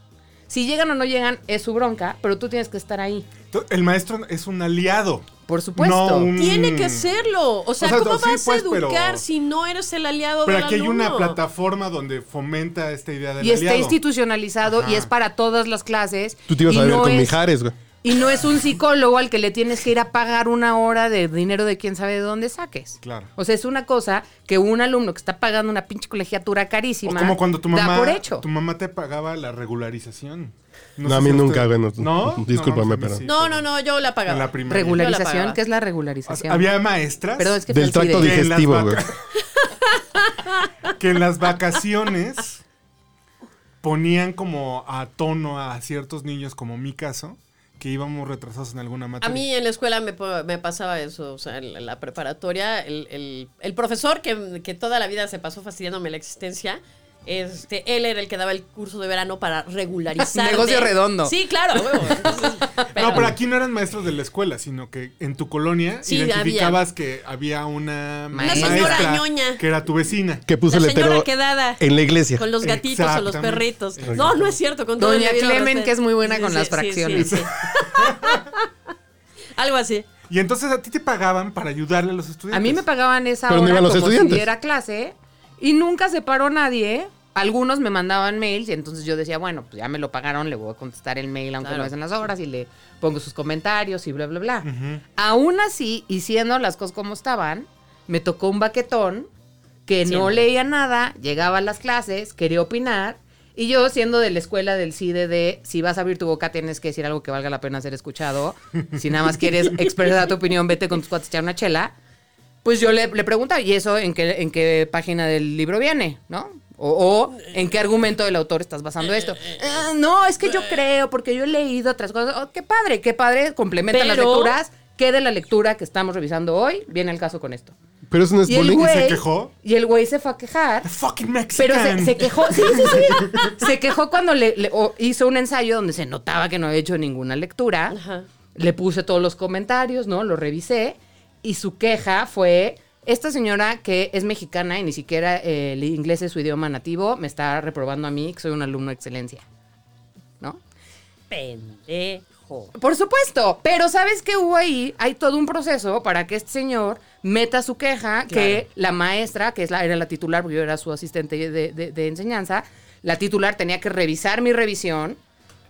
Si llegan o no llegan es su bronca, pero tú tienes que estar ahí. To- El maestro es un aliado. Por supuesto. No un- Tiene que serlo. O sea, Mm. sea, ¿cómo no, sí, vas pues, a educar pero- si no eres el aliado Pero del aquí hay una alumno? plataforma donde fomenta esta idea del Y está aliado. institucionalizado y es para todas las clases. Tú te ibas y a ver no con es- Mijares, güey. Y no es un psicólogo al que le tienes que ir a pagar una hora de dinero de quién sabe de dónde saques. Claro. O sea, es una cosa que un alumno que está pagando una pinche colegiatura O carísima. como cuando tu da mamá, por hecho. tu mamá te pagaba la regularización. No, a mí nunca, güey, no. No, Discúlpame, mames, a mí pero- No, no, no, yo la pagaba. En la primaria. Yo la Regularización, pagaba. ¿qué es la O sea, regularización? había maestras Perdón, es que Del fue el tracto CIDE. Que en las digestivo, güey. vaca- que en las vacaciones ponían como a tono a ciertos niños, como mi caso, que íbamos retrasados en alguna A materia. mí en la escuela me, po- me pasaba eso, o sea, en la- la preparatoria, el, el- el profesor que, que toda la vida se pasó fastidiándome la existencia, este, él era el que daba el curso de verano para regularizar. Negocio redondo. Sí, claro. a huevo. Entonces, no, pero aquí no eran maestros de la escuela, sino que en tu colonia Sí, identificabas que había una Una maestra señora ñoña. que era tu vecina. Que puso La el señora hetero quedada. en la iglesia. Con los gatitos o los Exactamente. perritos. No, no es cierto. Con todo Doña el debido Clemen, respeto. que es muy buena con las fracciones. Algo así. Y entonces a ti te pagaban para ayudarle a los estudiantes. A mí me pagaban esa Pero no hora iban los como estudiantes. si diera clase y nunca se paró nadie. Algunos me mandaban mails y entonces yo decía, bueno, pues ya me lo pagaron, le voy a contestar el mail aunque Claro. no es en las horas y le pongo sus comentarios y bla, bla, bla. Aún así, y siendo las cosas como estaban, me tocó un baquetón que no Siempre. leía nada, llegaba a las clases, quería opinar. Y yo, siendo de la escuela del CIDE de si vas a abrir tu boca, tienes que decir algo que valga la pena ser escuchado. Si nada más quieres expresar tu opinión, vete con tus cuates a echar una chela. Pues yo le, le preguntaba, ¿y eso en qué, en qué página del libro viene? ¿No? O, o, en qué argumento del autor estás basando esto. Eh, "Ah, no, es que yo creo, porque yo he leído otras cosas. Oh, qué padre, qué padre, complementan las Pero- lecturas. ¿Qué de la lectura que estamos revisando hoy viene al caso con esto? Pero eso no es Y el bullying. güey- güey se quejó? Y el güey se fue a quejar. Fucking Pero Mexican. se, se quejó, sí, sí, sí. se quejó cuando le, le- o hizo un ensayo donde se notaba que no había hecho ninguna lectura. Ajá. Le puse todos los comentarios, ¿no? Lo revisé. Y su queja fue: Esta señora que es mexicana y ni siquiera eh, el inglés es su idioma nativo, me está reprobando a mí, que soy un alumno de excelencia. ¿No? Pendejo. Por supuesto, pero ¿sabes qué hubo ahí? Hay todo un proceso para que este señor meta su queja, que la maestra, que es la, era la titular, porque yo era su asistente de, de- de enseñanza, la titular tenía que revisar mi revisión,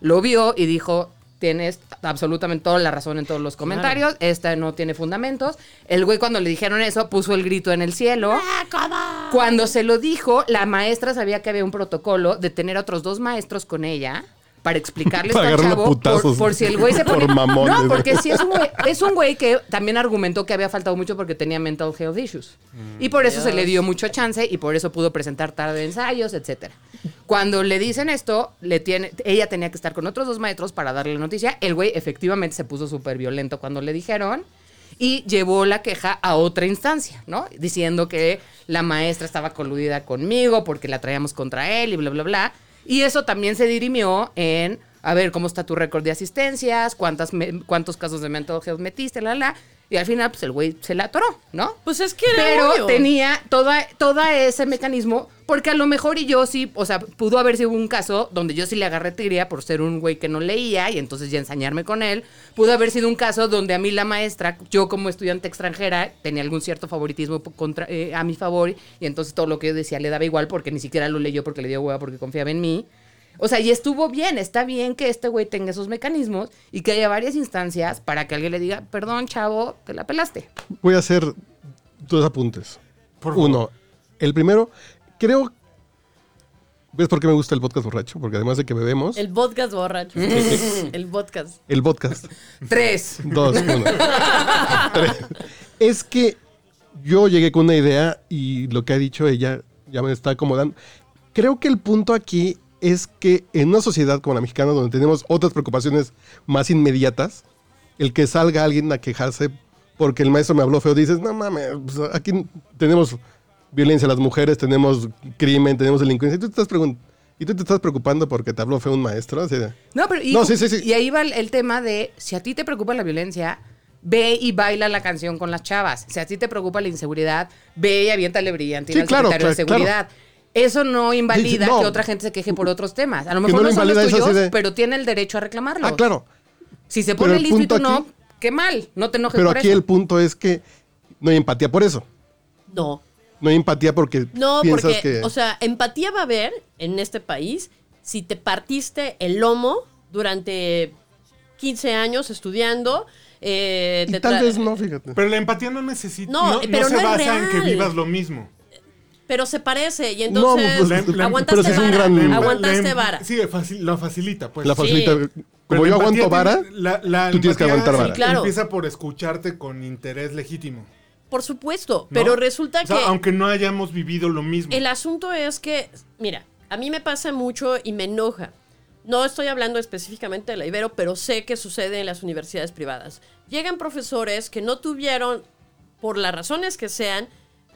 lo vio y dijo, tienes absolutamente toda la razón en todos los comentarios, esta no tiene fundamentos. El güey cuando le dijeron eso puso el grito en el cielo. Cuando se lo dijo, la maestra sabía que había un protocolo de tener a otros dos maestros con ella para explicarle esto Para al agarrarlo chavo a putazos. por, por si el güey se Por pone... mamón, no, dice. porque si es un güey, es un güey que también argumentó que había faltado mucho porque tenía mental health issues. y por eso se le dio mucho chance y por eso pudo presentar tarde ensayos, etcétera. Cuando le dicen esto, le tiene, ella tenía que estar con otros dos maestros para darle la noticia. El güey efectivamente se puso súper violento cuando le dijeron y llevó la queja a otra instancia, ¿no? Diciendo que la maestra estaba coludida conmigo porque la traíamos contra él y bla, bla, bla. Y eso también se dirimió en, a ver, ¿cómo está tu récord de asistencias? ¿Cuántas me- ¿Cuántos casos de mental health metiste? La, la. Y al final, pues el güey se la atoró, ¿no? Pues es que era Pero obvio. tenía toda, toda ese mecanismo, porque a lo mejor y yo sí, o sea, pudo haber sido un caso donde yo sí le agarré tiria por ser un güey que no leía y entonces ya ensañarme con él. Pudo haber sido un caso donde a mí la maestra, yo como estudiante extranjera, tenía algún cierto favoritismo po- contra, eh, a mi favor y entonces todo lo que yo decía le daba igual porque ni siquiera lo leyó porque le dio hueva porque confiaba en mí. O sea, y estuvo bien, está bien que este güey tenga esos mecanismos y que haya varias instancias para que alguien le diga, perdón, chavo, te la pelaste. Voy a hacer dos apuntes. Por favor. Uno, el primero, creo. ¿Ves por qué me gusta el podcast borracho? Porque además de que bebemos, el, El podcast borracho. el podcast. podcast. Tres. Dos, uno. tres. Es que yo llegué con una idea y lo que ha dicho ella ya me está acomodando. Creo que el punto aquí es que en una sociedad como la mexicana, donde tenemos otras preocupaciones más inmediatas, el que salga alguien a quejarse porque el maestro me habló feo, dices, no mames, pues, aquí tenemos violencia a las mujeres, tenemos crimen, tenemos delincuencia, y tú te estás, pregun- y tú te estás preocupando porque te habló feo un maestro. Así de- "Ah, No, pero y, No, sí, sí, sí. y ahí va el, el tema de si a ti te preocupa la violencia, ve y baila la canción con las chavas. Si a ti te preocupa la inseguridad, ve y aviéntale brillante Sí, al claro, secretario de claro, claro. seguridad. Eso no invalida Sí, sí, no. que otra gente se queje por otros temas. A lo Que no mejor no, lo son los invalida, eso tuyos, sí de- pero tiene el derecho a reclamarlos. Ah, claro. Si se Pero pone el listo y tú punto no, aquí- qué mal. No te enojes Pero Pues por aquí eso. el punto es que no hay empatía por eso. No. No hay empatía porque No, piensas porque, que... o sea, empatía va a haber en este país si te partiste el lomo durante 15 años estudiando. eh, y te tal tra- vez no, fíjate. Pero la empatía no necesita. No, No, no pero se no es basa en que real. vivas lo mismo. Pero se parece y No, entonces pues, la- aguantaste pero sí es un vara. gran- La empa- aguantaste la em- vara. Sí, faci- la facilita, pues. la Sí. facilita. Pero Como la yo empatía aguanto vara, tiene- la- la tú tienes que empatía aguantar se- vara. Sí, claro. Empieza por escucharte con interés legítimo. ¿no? Por supuesto, pero resulta O sea, que Aunque no hayamos vivido lo mismo. el asunto es que, mira, a mí me pasa mucho y me enoja. No estoy hablando específicamente de la Ibero, pero sé que sucede en las universidades privadas. Llegan profesores que no tuvieron, por las razones que sean,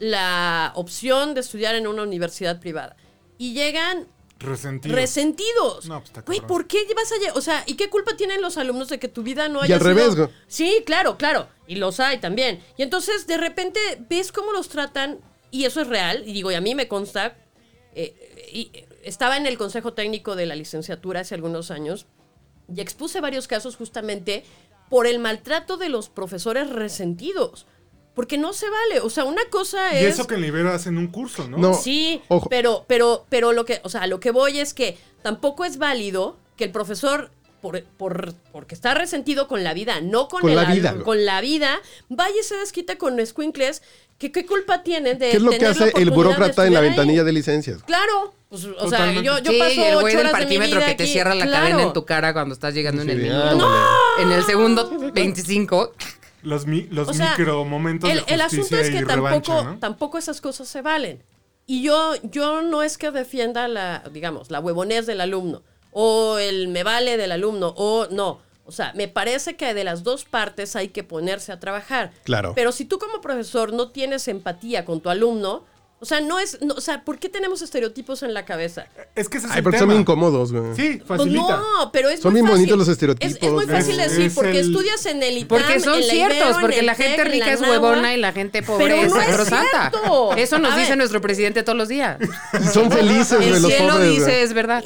la opción de estudiar en una universidad privada. Y llegan Resentido. resentidos. No, pues, está Güey, cabrón. ¿por qué vas a lle- O sea, ¿y qué culpa tienen los alumnos de que tu vida no Y haya al sido- revés, güey. Sí, claro, claro. Y los hay también. Y entonces, de repente, ves cómo los tratan, y eso es real, y digo, y a mí me consta, eh, y eh, estaba en el consejo técnico de la licenciatura hace algunos años, y expuse varios casos justamente por el maltrato de los profesores resentidos. Porque no se vale. O sea, una cosa Y es... eso que en Libero hacen un curso, ¿no? No. Sí, Ojo. pero, pero, pero lo que, o sea, lo que voy es que tampoco es válido que el profesor, por, por- porque está resentido con la vida, no con, Con el la al- vida, ¿no? con la vida, vaya y se desquita con escuincles, que qué culpa tienen de ¿Qué es lo que tener hace la el oportunidad burócrata de en la estudiar ahí? ventanilla de licencias? Claro, pues, o sea, Totalmente. yo, yo Sí, paso y el güey del ocho horas de mi parquímetro vida que te aquí. cierra la Claro. cadena en tu cara cuando estás llegando en Sí, el bien, minuto. En el segundo 25. Los, mi- los O sea, micro momentos el, de justicia el asunto es y que revancha, tampoco, ¿no? tampoco esas cosas se valen. Y yo, yo no es que defienda la, digamos, la huevonez del alumno, o el me vale del alumno, o no. O sea, me parece que de las dos partes hay que ponerse a trabajar. Claro. Pero si tú como profesor no tienes empatía con tu alumno, o sea, no es, no- o sea, ¿por qué tenemos estereotipos en la cabeza? Es que ese es Ay, el porque tema. son bien incómodos, güey. Sí, Pues facilita. no, pero es Son muy bien fácil. bonitos los Es- Es, estereotipos, muy ¿no? fácil Es- decir, es porque el- estudias en el ITAM, Porque son en la ciertos, Ibero, en porque el la TEC, gente en la rica es Nahua. huevona y la gente pobre Pero es no es sacrosanta. cierto. Eso nos A dice ver. nuestro presidente todos los días. Son felices, güey, El los cielo pobres. dice, güey. es verdad.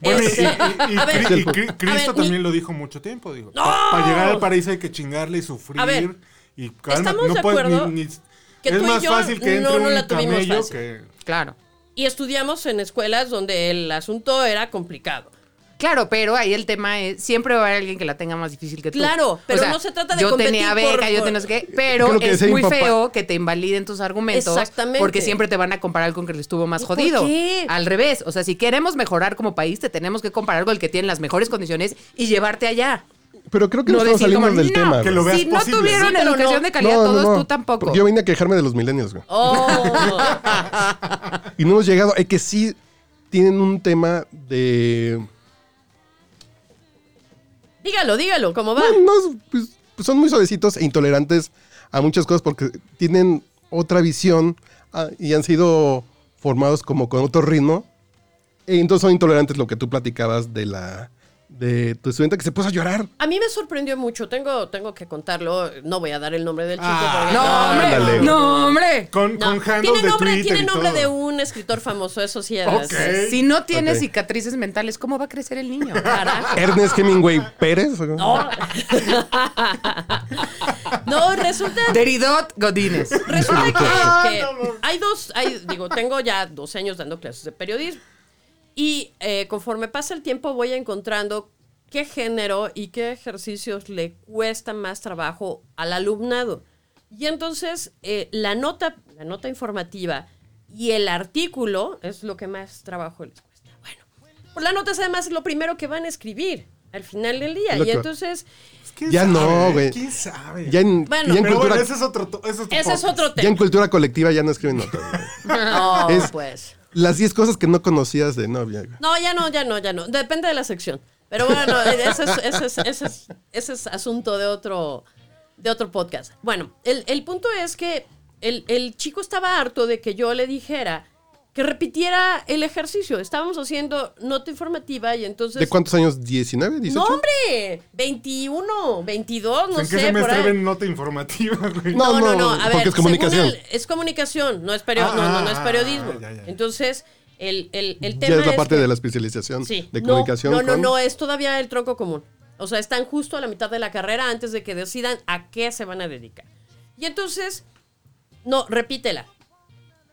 Bueno, y- Este, y, y- y a ver, Cri- y Cri- a ver, Cristo mi- también lo dijo mucho tiempo, digo. ¡No! Para llegar al paraíso hay que chingarle y sufrir. A ver, y calma, estamos no de puedes ni- acuerdo ni- que es tú y más yo fácil que entre no, no un la tuvimos camello fácil. que Claro. Y estudiamos en escuelas donde el asunto era complicado. Claro, pero ahí el tema es, siempre va a haber alguien que la tenga más difícil que tú. Claro, pero O sea, no se trata de Yo competir tenía beca, por- yo por- tenía no sé qué, pero Creo que es decía mi muy papá. feo que te invaliden tus argumentos. Exactamente. Porque siempre te van a comparar con el que estuvo más ¿Y por jodido. qué? Al revés, o sea, si queremos mejorar como país, te tenemos que comparar con el que tiene las mejores condiciones y llevarte allá. Pero creo que no, No estamos decir saliendo como, del "No, tema. que güey. lo veas Si no posible. tuvieron Sí, pero educación no. de calidad No, no, todos, no. tú tampoco. Porque Yo vine a quejarme de los millennials, güey. Oh, Y no hemos llegado. Es que sí tienen un tema de. dígalo, dígalo, ¿cómo va? No, no, pues, pues son muy suavecitos e intolerantes a muchas cosas porque tienen otra visión ah, y han sido formados como con otro ritmo. E entonces son intolerantes lo que tú platicabas de la de tu estudiante que se puso a llorar. A mí me sorprendió mucho, tengo, tengo que contarlo, no voy a dar el nombre del chico. Ah, porque- No, hombre, Ándale. no, hombre. Con, No, con handles tiene de nombre, Twitter tiene y nombre todo. de un escritor famoso, eso sí. es- Ok. Si no tienes Ok. cicatrices mentales, ¿cómo va a crecer el niño? Carajo. Ernest Hemingway Pérez. No. no, resulta Deridot Godínez. Resulta que, Ah, que no, no. hay dos, hay, digo, tengo ya 12 años dando clases de periodismo y eh, conforme pasa el tiempo voy encontrando qué género y qué ejercicios le cuesta más trabajo al alumnado. Y entonces eh, la, nota, la nota informativa y el artículo es lo que más trabajo les cuesta. Bueno, pues la nota es además lo primero que van a escribir al final del día. Lo Y que- entonces, ¿Quién Ya sabe, no, eh? güey. ¿Quién sabe? Ya en, Bueno, ya en Pero cultura, bueno, ese es otro, to- ese es otro ese es podcast. otro ya en tema. cultura colectiva ya no escriben notas. güey. No, Es- pues. Las 10 cosas que no conocías de novia. güey. No, ya no, ya no, ya no. Depende de la sección. Pero bueno, no, ese, es, ese, es, ese es- ese es asunto de otro, de otro podcast. Bueno, el, el punto es que el, el chico estaba harto de que yo le dijera que repitiera el ejercicio. Estábamos haciendo nota informativa y entonces... ¿De cuántos años? ¿19? ¿18? No, hombre, 21, 22, ¿En no qué sé, por semestre ahí. ven nota informativa, güey? No, No, no, no, no, a ver, porque es según comunicación. él, es comunicación, no es, perio- Ah, no, no, no es ah, periodismo. ya, ya, ya. Entonces, el, el, el tema Ya es la parte que- de la especialización Sí. de No, comunicación. No, no, con- no, es todavía el tronco común. O sea, están justo a la mitad de la carrera antes de que decidan a qué se van a dedicar. Y entonces, no, repítela.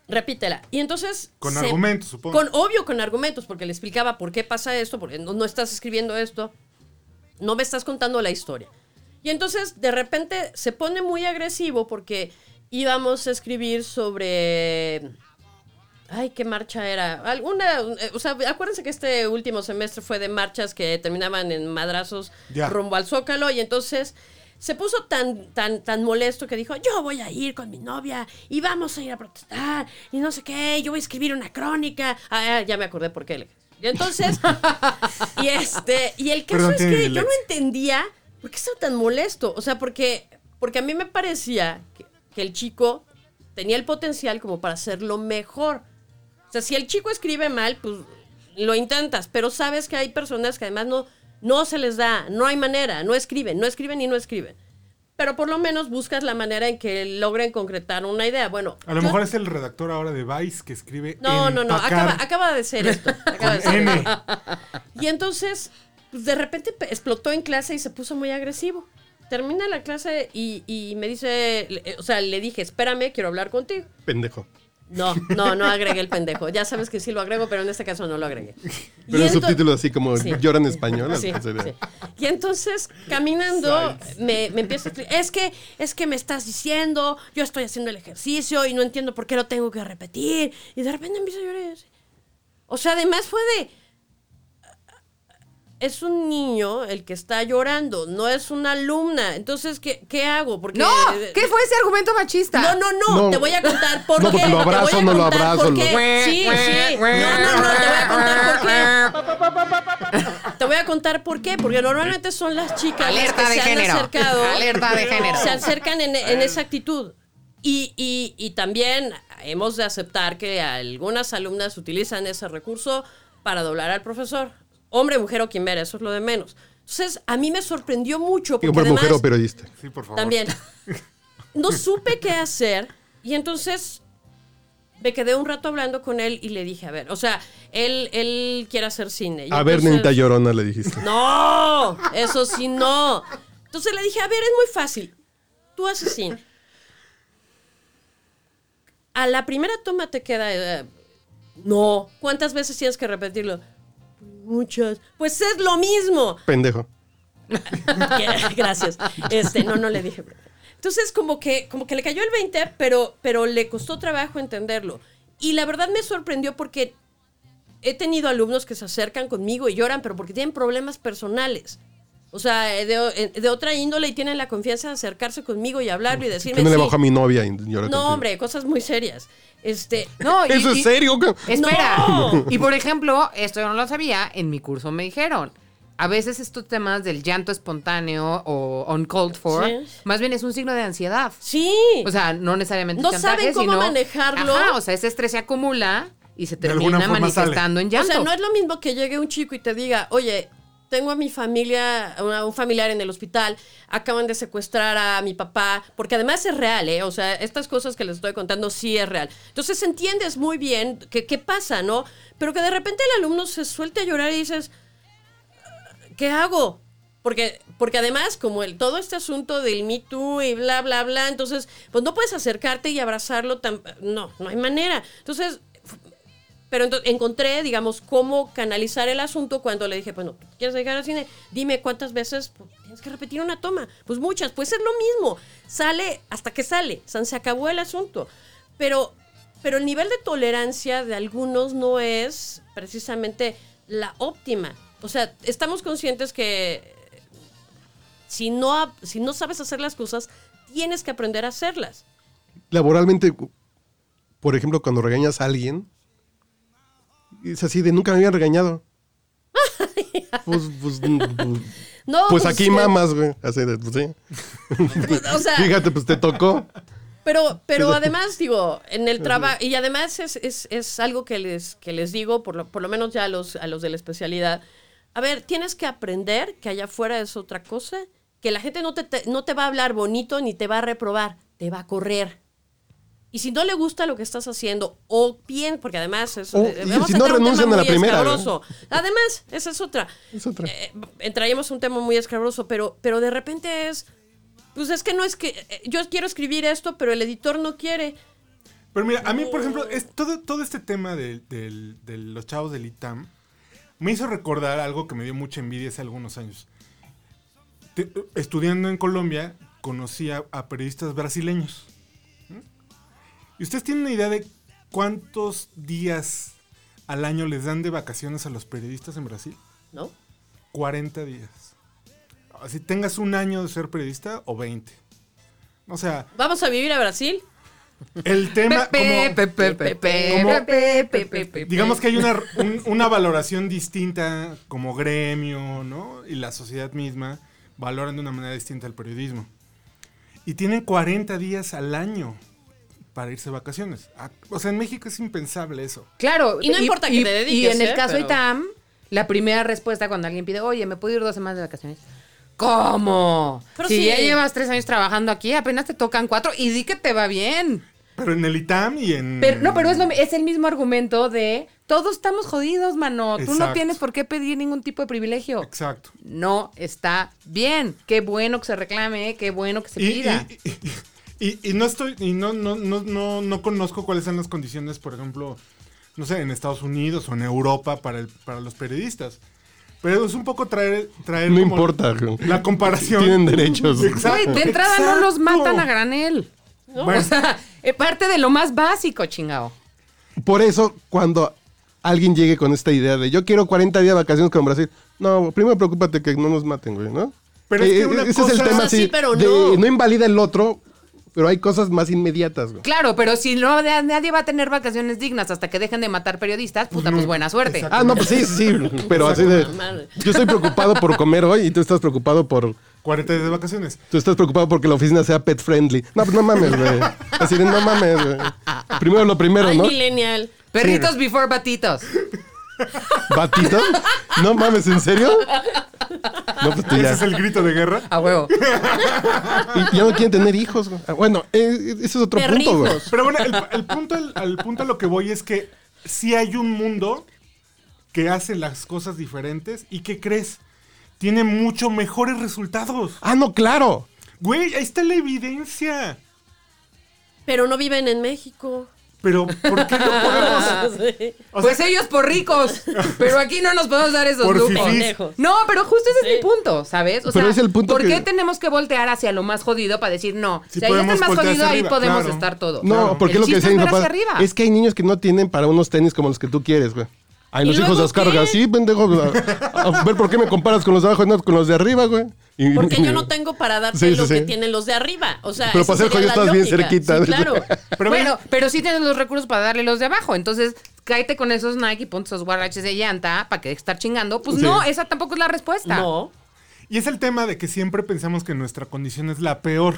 Repítela. Y entonces. Con se- argumentos, supongo. Con, obvio, con argumentos, porque le explicaba por qué pasa esto, porque no, no estás escribiendo esto, no me estás contando la historia. Y entonces, de repente, se pone muy agresivo porque íbamos a escribir sobre. Ay, qué marcha era. Alguna, eh, o sea, acuérdense que este último semestre fue de marchas que terminaban en madrazos Ya. rumbo al zócalo y entonces se puso tan, tan, tan molesto que dijo, yo voy a ir con mi novia y vamos a ir a protestar y no sé qué, yo voy a escribir una crónica. Ah, ah, ya me acordé por qué. le- Y entonces, y este, y el caso Perdón, es tiene que yo no dislexia. entendía por qué estaba tan molesto. O sea, porque, porque a mí me parecía que, que el chico tenía el potencial como para hacerlo mejor. O sea, si el chico escribe mal, pues lo intentas, pero sabes que hay personas que además no, no se les da, no hay manera, no escriben, no escriben y no escriben. Pero por lo menos buscas la manera en que logren concretar una idea. Bueno, A lo yo- mejor es el redactor ahora de Vice que escribe. no, no, no, acaba, empacar acaba de ser esto. Acaba de con ser esto. N. Y entonces, pues, de repente pe- explotó en clase y se puso muy agresivo. Termina la clase y, y me dice, le- o sea, le dije, espérame, quiero hablar contigo. Pendejo. No, no, no agregué el pendejo. Ya sabes que sí lo agrego, pero en este caso no lo agregué. Y Pero el ento- subtítulo así como Sí. llora en español. Sí, algo sería. sí. Y entonces, caminando, me, me empieza a explicar, es que, es que me estás diciendo, yo estoy haciendo el ejercicio y no entiendo por qué lo tengo que repetir. Y de repente empiezo a llorar. y yo así. O sea, además fue de... Es un niño el que está llorando, no es una alumna. Entonces, ¿qué, qué hago? Porque, No, ¿qué fue ese argumento machista? no, no, no, No. te voy a contar por No, qué. porque lo te abrazo, voy a no lo contar abrazo, por lo- qué. Sí, sí. No, no, no, te voy a contar por qué. Te voy a contar por qué, porque normalmente son las chicas Alerta las que de se género. han acercado. Alerta de género. Se acercan en, en esa actitud. Y, y- y también hemos de aceptar que algunas alumnas utilizan ese recurso para doblar al profesor. Hombre, mujer o quimera, eso es lo de menos. Entonces, a mí me sorprendió mucho porque Digo, por además, mujer o periodista. Sí, por favor. también. No supe qué hacer y entonces me quedé un rato hablando con él y le dije, a ver, o sea, él, él quiere hacer cine. Y A ver, entonces- nenita llorona, le dijiste. No, eso sí no. Entonces le dije, a ver, es muy fácil. Tú haces cine. A la primera toma te queda... eh, no. ¿Cuántas veces tienes que repetirlo? muchas. Pues es lo mismo. Pendejo. Que- Gracias. Este, no, no le dije. Entonces, como que, como que le cayó el 20, pero, pero le costó trabajo entenderlo. Y la verdad me sorprendió porque he tenido alumnos que se acercan conmigo y lloran, pero porque tienen problemas personales. O sea, eh, de, de otra índole y tienen la confianza de acercarse conmigo y hablarlo y decirme. Que no le "Sí". bajo a mi novia y lloré No, contigo. hombre, cosas muy serias. Este, No, y- ¿Eso y- es serio? güey? Espera. ¡No! Y por ejemplo, esto yo no lo sabía, en mi curso me dijeron. A veces estos temas del llanto espontáneo o uncalled for, Sí. más bien es un signo de ansiedad. sí. O sea, no necesariamente No chantaje, saben cómo sino- manejarlo. Ajá, o sea, ese estrés se acumula y se alguna termina forma manifestando en O llanto. sea, no es lo mismo que llegue un chico y te diga, oye, tengo a mi familia, a una- un familiar en el hospital, acaban de secuestrar a mi papá, porque además es real, ¿eh? O sea, estas cosas que les estoy contando sí es real. Entonces entiendes muy bien que- qué pasa, ¿no? Pero que de repente el alumno se suelte a llorar y dices, ¿qué hago? Porque, porque además, como el, todo este asunto del Me Too y bla, bla, bla, entonces, pues no puedes acercarte y abrazarlo tan... No, no hay manera. Entonces, pero ento- encontré, digamos, cómo canalizar el asunto cuando le dije, bueno, ¿tú ¿quieres llegar al cine? Dime cuántas veces pues, tienes que repetir una toma. Pues muchas, pues es lo mismo. Sale hasta que sale. O sea, se acabó el asunto. Pero, pero el nivel de tolerancia de algunos no es precisamente la óptima. O sea, estamos conscientes que eh, si no, ha- si no sabes hacer las cosas, tienes que aprender a hacerlas. Laboralmente, por ejemplo, cuando regañas a alguien, es así de nunca me habían regañado. pues, pues, pues, Oh, No, pues aquí eh, mamas, güey. Así de, pues sí. o sea- Fíjate, pues te tocó. Pero, pero además, digo, en el trabajo, y además es, es- es algo que les, que les digo, por lo, por lo menos ya a los, a los de la especialidad. A ver, tienes que aprender que allá afuera es otra cosa, que la gente no te, te- no te va a hablar bonito ni te va a reprobar, te va a correr. Y si no le gusta lo que estás haciendo, o bien, porque además es. O- eh, y vamos si a no entrar un tema renuncian a la muy primera, ¿no? escabroso. Además, esa es otra. Es otra. Eh, entraríamos a un tema muy escabroso, pero, pero de repente es. Pues es que no es que. eh, Yo quiero escribir esto, pero el editor no quiere. Pero mira, a mí, por ejemplo, es todo, todo este tema del- del- de, los chavos del ITAM me hizo recordar algo que me dio mucha envidia hace algunos años. Te- estudiando en Colombia, conocí a, a periodistas brasileños. ¿Mm? ¿Y ustedes tienen una idea de cuántos días al año les dan de vacaciones a los periodistas en Brasil? ¿No? 40 días. Si tengas un año de ser periodista o 20. O sea, Vamos a vivir a Brasil. el tema... Pepe, como- pepe, pepe, como- pepe, pepe, pepe. Digamos que hay una, un- una valoración distinta como gremio, ¿no? Y la sociedad misma valoran de una manera distinta el periodismo. Y tienen 40 días al año para irse de vacaciones. Ah, O sea, en México es impensable eso. Claro. Y no importa que te dediques, Y en ¿eh? el caso de Pero- ITAM, la primera respuesta cuando alguien pide, oye, ¿me puedo ir dos semanas de vacaciones? ¿Cómo? Pero si sí. ya llevas tres años trabajando aquí, apenas te tocan cuatro y di que te va bien. Pero en el ITAM y en... Pero, no, pero es, Mm. lo- es el mismo argumento de todos estamos jodidos, mano. Tú Exacto. no tienes por qué pedir ningún tipo de privilegio. Exacto. No está bien. Qué bueno que se reclame, ¿eh? qué bueno que se Y, pida. y- y- y- y no estoy, y no, no, no, no, no conozco cuáles son las condiciones, por ejemplo, no sé, en Estados Unidos o en Europa para, el, para los periodistas. Pero es un poco traer, traer No como importa. güey. la comparación. Tienen derechos. Exacto. Güey, de entrada no los Exacto. matan a granel. Bueno. O sea, es parte de lo más básico, chingado. Por eso, cuando alguien llegue con esta idea de yo quiero 40 días de vacaciones con Brasil, no, primero preocúpate que no nos maten, güey, ¿no? Eh, Pero es que una ese es cosa- el tema, O sea, sí, sí, pero de no. invalida el otro, pero hay cosas más inmediatas, güey. Claro, pero si no na- nadie va a tener vacaciones dignas hasta que dejen de matar periodistas, puta, pues buena suerte. Exacto. Ah, no, pues sí, sí, pero así de. Madre. Yo estoy preocupado por comer hoy y tú estás preocupado por. 40 días de vacaciones. Tú estás preocupado porque la oficina sea pet friendly. No, pues no mames, güey. Así de no mames, güey. Primero lo primero, Ay, ¿no? millennial. Perritos before batitos. Batito. No mames, ¿en serio? No, pues tú ya. Ese es el grito de guerra. A huevo. Y ya no quieren tener hijos. güey. Ah, Bueno, eh, ese es otro punto, güey. Perritos. Pero bueno, el, el punto, al- al punto a lo que voy es que sí hay un mundo que hace las cosas diferentes y que crees tiene mucho mejores resultados. Ah, no, claro. Güey, ahí está la evidencia. Pero no viven en México. Pero, ¿por qué no Ah. podemos? Sí. O pues sea, ellos por ricos, pero aquí no nos podemos dar esos Por lujos. fifís. Pendejos. No, pero justo ese es mi punto, ¿sabes? O Pero sea, es el punto ¿por que- qué tenemos que voltear hacia lo más jodido para decir no? Sí si ahí está podemos el más voltear jodido, hacia ahí arriba, podemos claro. estar todos. No, Claro. porque El lo que chiste decía mi es ver papá hacia arriba. es que hay niños que no tienen para unos tenis como los que tú quieres, güey. Ay, ¿Y los hijos luego de Oscar, qué? güey, sí, pendejo. A, a ver por qué me comparas con los de abajo y no con los de arriba, güey. Y- Porque yo no tengo para darte Sí, sí, lo sí. que tienen los de arriba. O sea, Pero esa para ser sería jodido la estás bien lógica. cerquita. Sí, claro. Pero bueno, ven- pero sí tienes los recursos para darle los de abajo. Entonces, cáete con esos Nike y ponte esos guaraches de llanta para que estar chingando. Pues Sí. no, esa tampoco es la respuesta. No. y es el tema de que siempre pensamos que nuestra condición es la peor.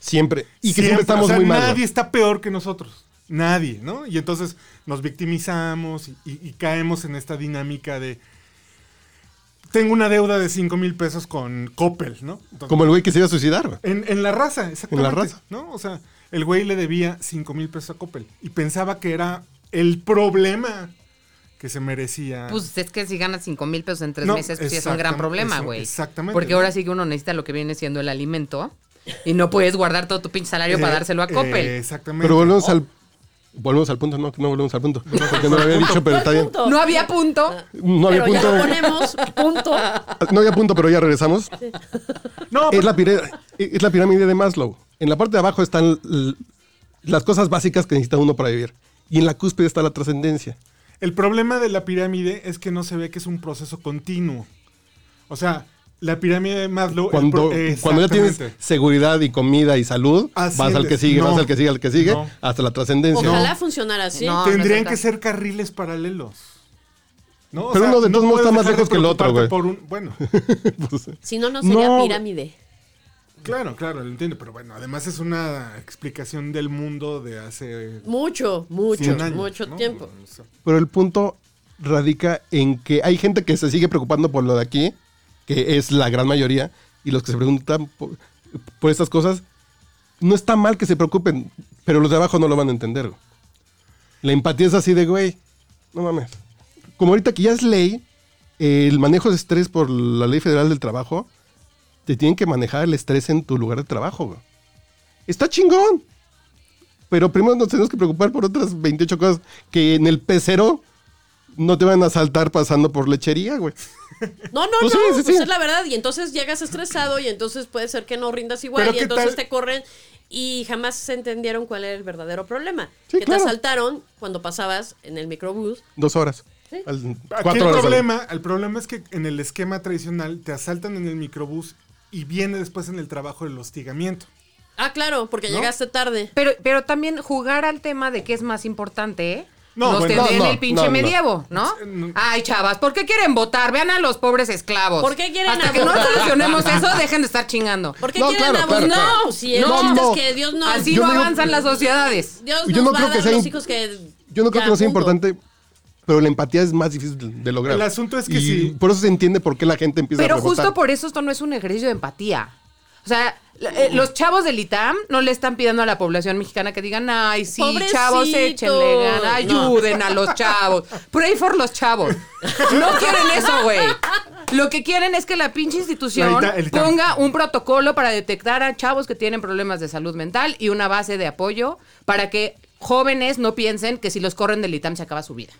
Siempre. Y que siempre, estamos o sea, muy mal. Nadie güey. está peor que nosotros. Nadie, ¿no? Y entonces nos victimizamos y, y- y caemos en esta dinámica de. Tengo una deuda de 5 mil pesos con Coppel, ¿no? Entonces, Como el güey que se iba a suicidar, güey. en, en la raza, exactamente. En la raza. ¿No? O sea, el güey le debía 5 mil pesos a Coppel y pensaba que era el problema que se merecía. Pues es que si ganas 5 mil pesos en tres No, meses, pues sí es un gran exactam- problema, eso, güey. exactamente, Porque ¿no? ahora sí que uno necesita lo que viene siendo el alimento y no puedes guardar todo tu pinche salario para Eh, dárselo a eh, Coppel. exactamente. Pero volvemos Oh. al. Volvemos al punto, no, no volvemos al punto. Porque no lo había dicho, pero está bien. Punto. no había punto. No había pero ya punto. lo ponemos, punto. No había punto, pero ya regresamos. No, Es pero- la, pire- es la pirámide de Maslow. En la parte de abajo están l- las cosas básicas que necesita uno para vivir. Y en la cúspide está la trascendencia. El problema de la pirámide es que no se ve que es un proceso continuo. O sea, la pirámide de Maslow... el pro- Cuando, cuando ya tienes Exactamente. seguridad y comida y salud, vas al Asciendes. que sigue, No. vas al que sigue, al que sigue, No. hasta la trascendencia. Ojalá No. funcionara así. No. Tendrían no que es el ser carriles paralelos. ¿no? O Pero uno de todos modos puedes está dejar más de lejos que el otro, güey. preocuparte por un- bueno, Pues, Si no, no sería No. pirámide. claro, claro, lo entiendo. Pero bueno, además es una explicación del mundo de hace... Mucho, mucho, 100 años, mucho ¿no? tiempo. O sea, Pero el punto radica en que hay gente que se sigue preocupando por lo de aquí, que es la gran mayoría, y los que se preguntan por, por estas cosas, no está mal que se preocupen, pero los de abajo no lo van a entender. güey. La empatía es así de, güey, no mames. Como ahorita que ya es ley, eh, el manejo de estrés por la ley federal del trabajo, te tienen que manejar el estrés en tu lugar de trabajo. güey. Está chingón. Pero primero nos tenemos que preocupar por otras 28 cosas que en el pecero no te van a saltar pasando por lechería, güey. No, no, Pues no, sí, sí, pues sí. es la verdad. Y entonces llegas estresado y entonces puede ser que no rindas igual Pero y ¿qué entonces tal? te corren y jamás se entendieron cuál era el verdadero problema. Sí, que claro. te asaltaron cuando pasabas en el microbús. Dos horas. Al- Aquí cuatro el horas. problema, el problema es que en el esquema tradicional te asaltan en el microbús y viene después en el trabajo el hostigamiento. Ah, claro, porque ¿No? llegaste tarde. Pero, pero también jugar al tema de qué es más importante, ¿eh? No, los bueno, tendré no, en no, el pinche no, no. medievo, ¿no? Ay, chavas, ¿por qué quieren votar? Vean a los pobres esclavos. ¿Por qué quieren Hasta a que no votar? solucionemos eso, dejen de estar chingando. ¿Por qué No, quieren claro, claro, abusar? claro. Si el No, chiste no. es que Dios no. Así Yo no no digo- avanzan las sociedades. Dios Yo nos no va creo a que dar sea los im- hijos que. Yo no creo ya, que no sea punto. importante, pero la empatía es más difícil de- de lograr. El asunto es que Y sí. Por eso se entiende por qué la gente empieza a Pero rebotar. justo por eso esto no es un ejercicio de empatía. O sea, la- eh, los chavos del ITAM no le están pidiendo a la población mexicana que digan, ay, sí, Pobrecitos. chavos, échenle ganas, No. ayuden a los chavos. Pray for los chavos. No quieren eso, güey. Lo que quieren es que la pinche institución La Ita- el ITAM. ponga un protocolo para detectar a chavos que tienen problemas de salud mental y una base de apoyo para que jóvenes no piensen que si los corren del ITAM se acaba su vida.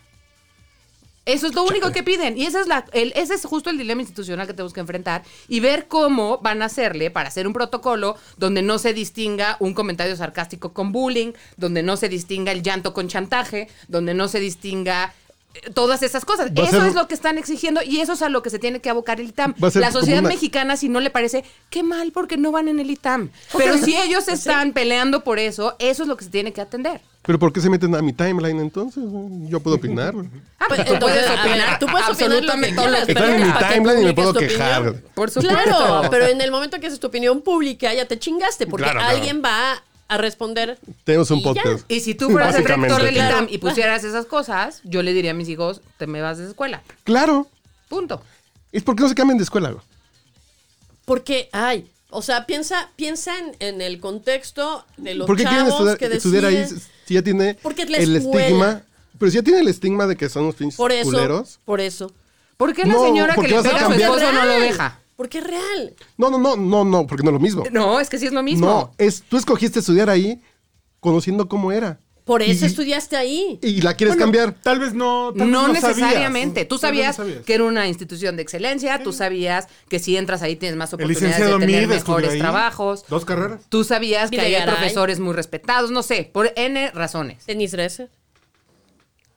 Eso es lo único que piden. Y esa es la, el- ese es justo el dilema institucional que tenemos que enfrentar y ver cómo van a hacerle para hacer un protocolo donde no se distinga un comentario sarcástico con bullying, donde no se distinga el llanto con chantaje, donde no se distinga eh, todas esas cosas. Va a Eso ser- es lo que están exigiendo y eso es a lo que se tiene que abocar el ITAM. Va a ser La sociedad como una- mexicana, si no le parece, qué mal porque no van en el ITAM. Pero si ellos están peleando por eso, eso es lo que se tiene que atender. Pero ¿por qué se meten a mi timeline entonces? Yo puedo opinar. güey. Ah, Pues, pues tú entonces, puedes a ver, opinar, tú puedes opinar lo que absolutamente todo lo quieras, que Están en pero mi ¿para qué timeline y me publicas puedo tu quejar. opinión? Por supuesto. Claro, pero en el momento que haces tu opinión pública ya te chingaste porque Claro, claro. alguien va a responder. Tenemos un Y ya. podcast. Y si tú fueras el Básicamente. rector del Claro. ITAM y pusieras esas cosas, yo le diría a mis hijos, te me vas de esa escuela. Claro. Punto. Es porque no se cambian de escuela. güey. Porque, ay, o sea, piensa, piensa en, en el contexto de los ¿Por qué quieren chavos estudiar, que estudiar ahí deciden- si ya tiene Porque es la el escuela. estigma? Pero si ya tiene el estigma de que son los pinches Por eso, culeros. por eso. ¿Por qué la No, señora que porque le vas a pega a su cambiar- esposo no lo real, deja? Porque es real. No, no, no, no, no, porque no es lo mismo. No, es que sí es lo mismo. No, es, tú escogiste estudiar ahí conociendo cómo era. Por eso Y- estudiaste ahí. Y la quieres Bueno, cambiar. Tal vez no. tal vez No sabías. necesariamente. Tú Tal vez sabías, no sabías. que era una institución de excelencia, tú sabías que si entras ahí tienes más El oportunidades de licenciado tener Mid estudió mejores ahí. trabajos. Dos carreras. Tú sabías que hay Videgaray. profesores muy respetados, no sé, por N razones. Tenis Dresser.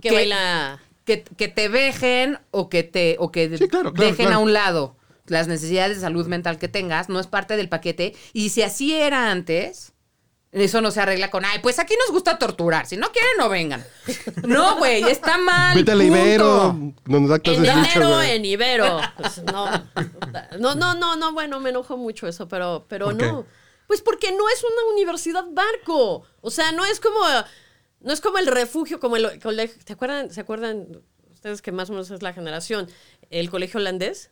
Que ¿Qué? baila. Que, que te dejen o que te o que Sí, claro, claro, dejen claro. a un lado las necesidades de salud mental que tengas, no es parte del paquete. Y si así era antes, eso no se arregla con, ay, pues aquí nos gusta torturar, si no quieren no vengan. No, güey, está mal. Vete al punto. Ibero, donde da En clases de lucha, Ibero, güey. en Ibero. Pues, no. no, no, no, no, bueno, me enojó mucho eso, pero, pero ¿Por qué? no. Pues porque no es una universidad barco. O sea, no es como, no es como el refugio, como el colegio. ¿Te acuerdan, ¿Se acuerdan ustedes que más o menos es la generación? El colegio holandés.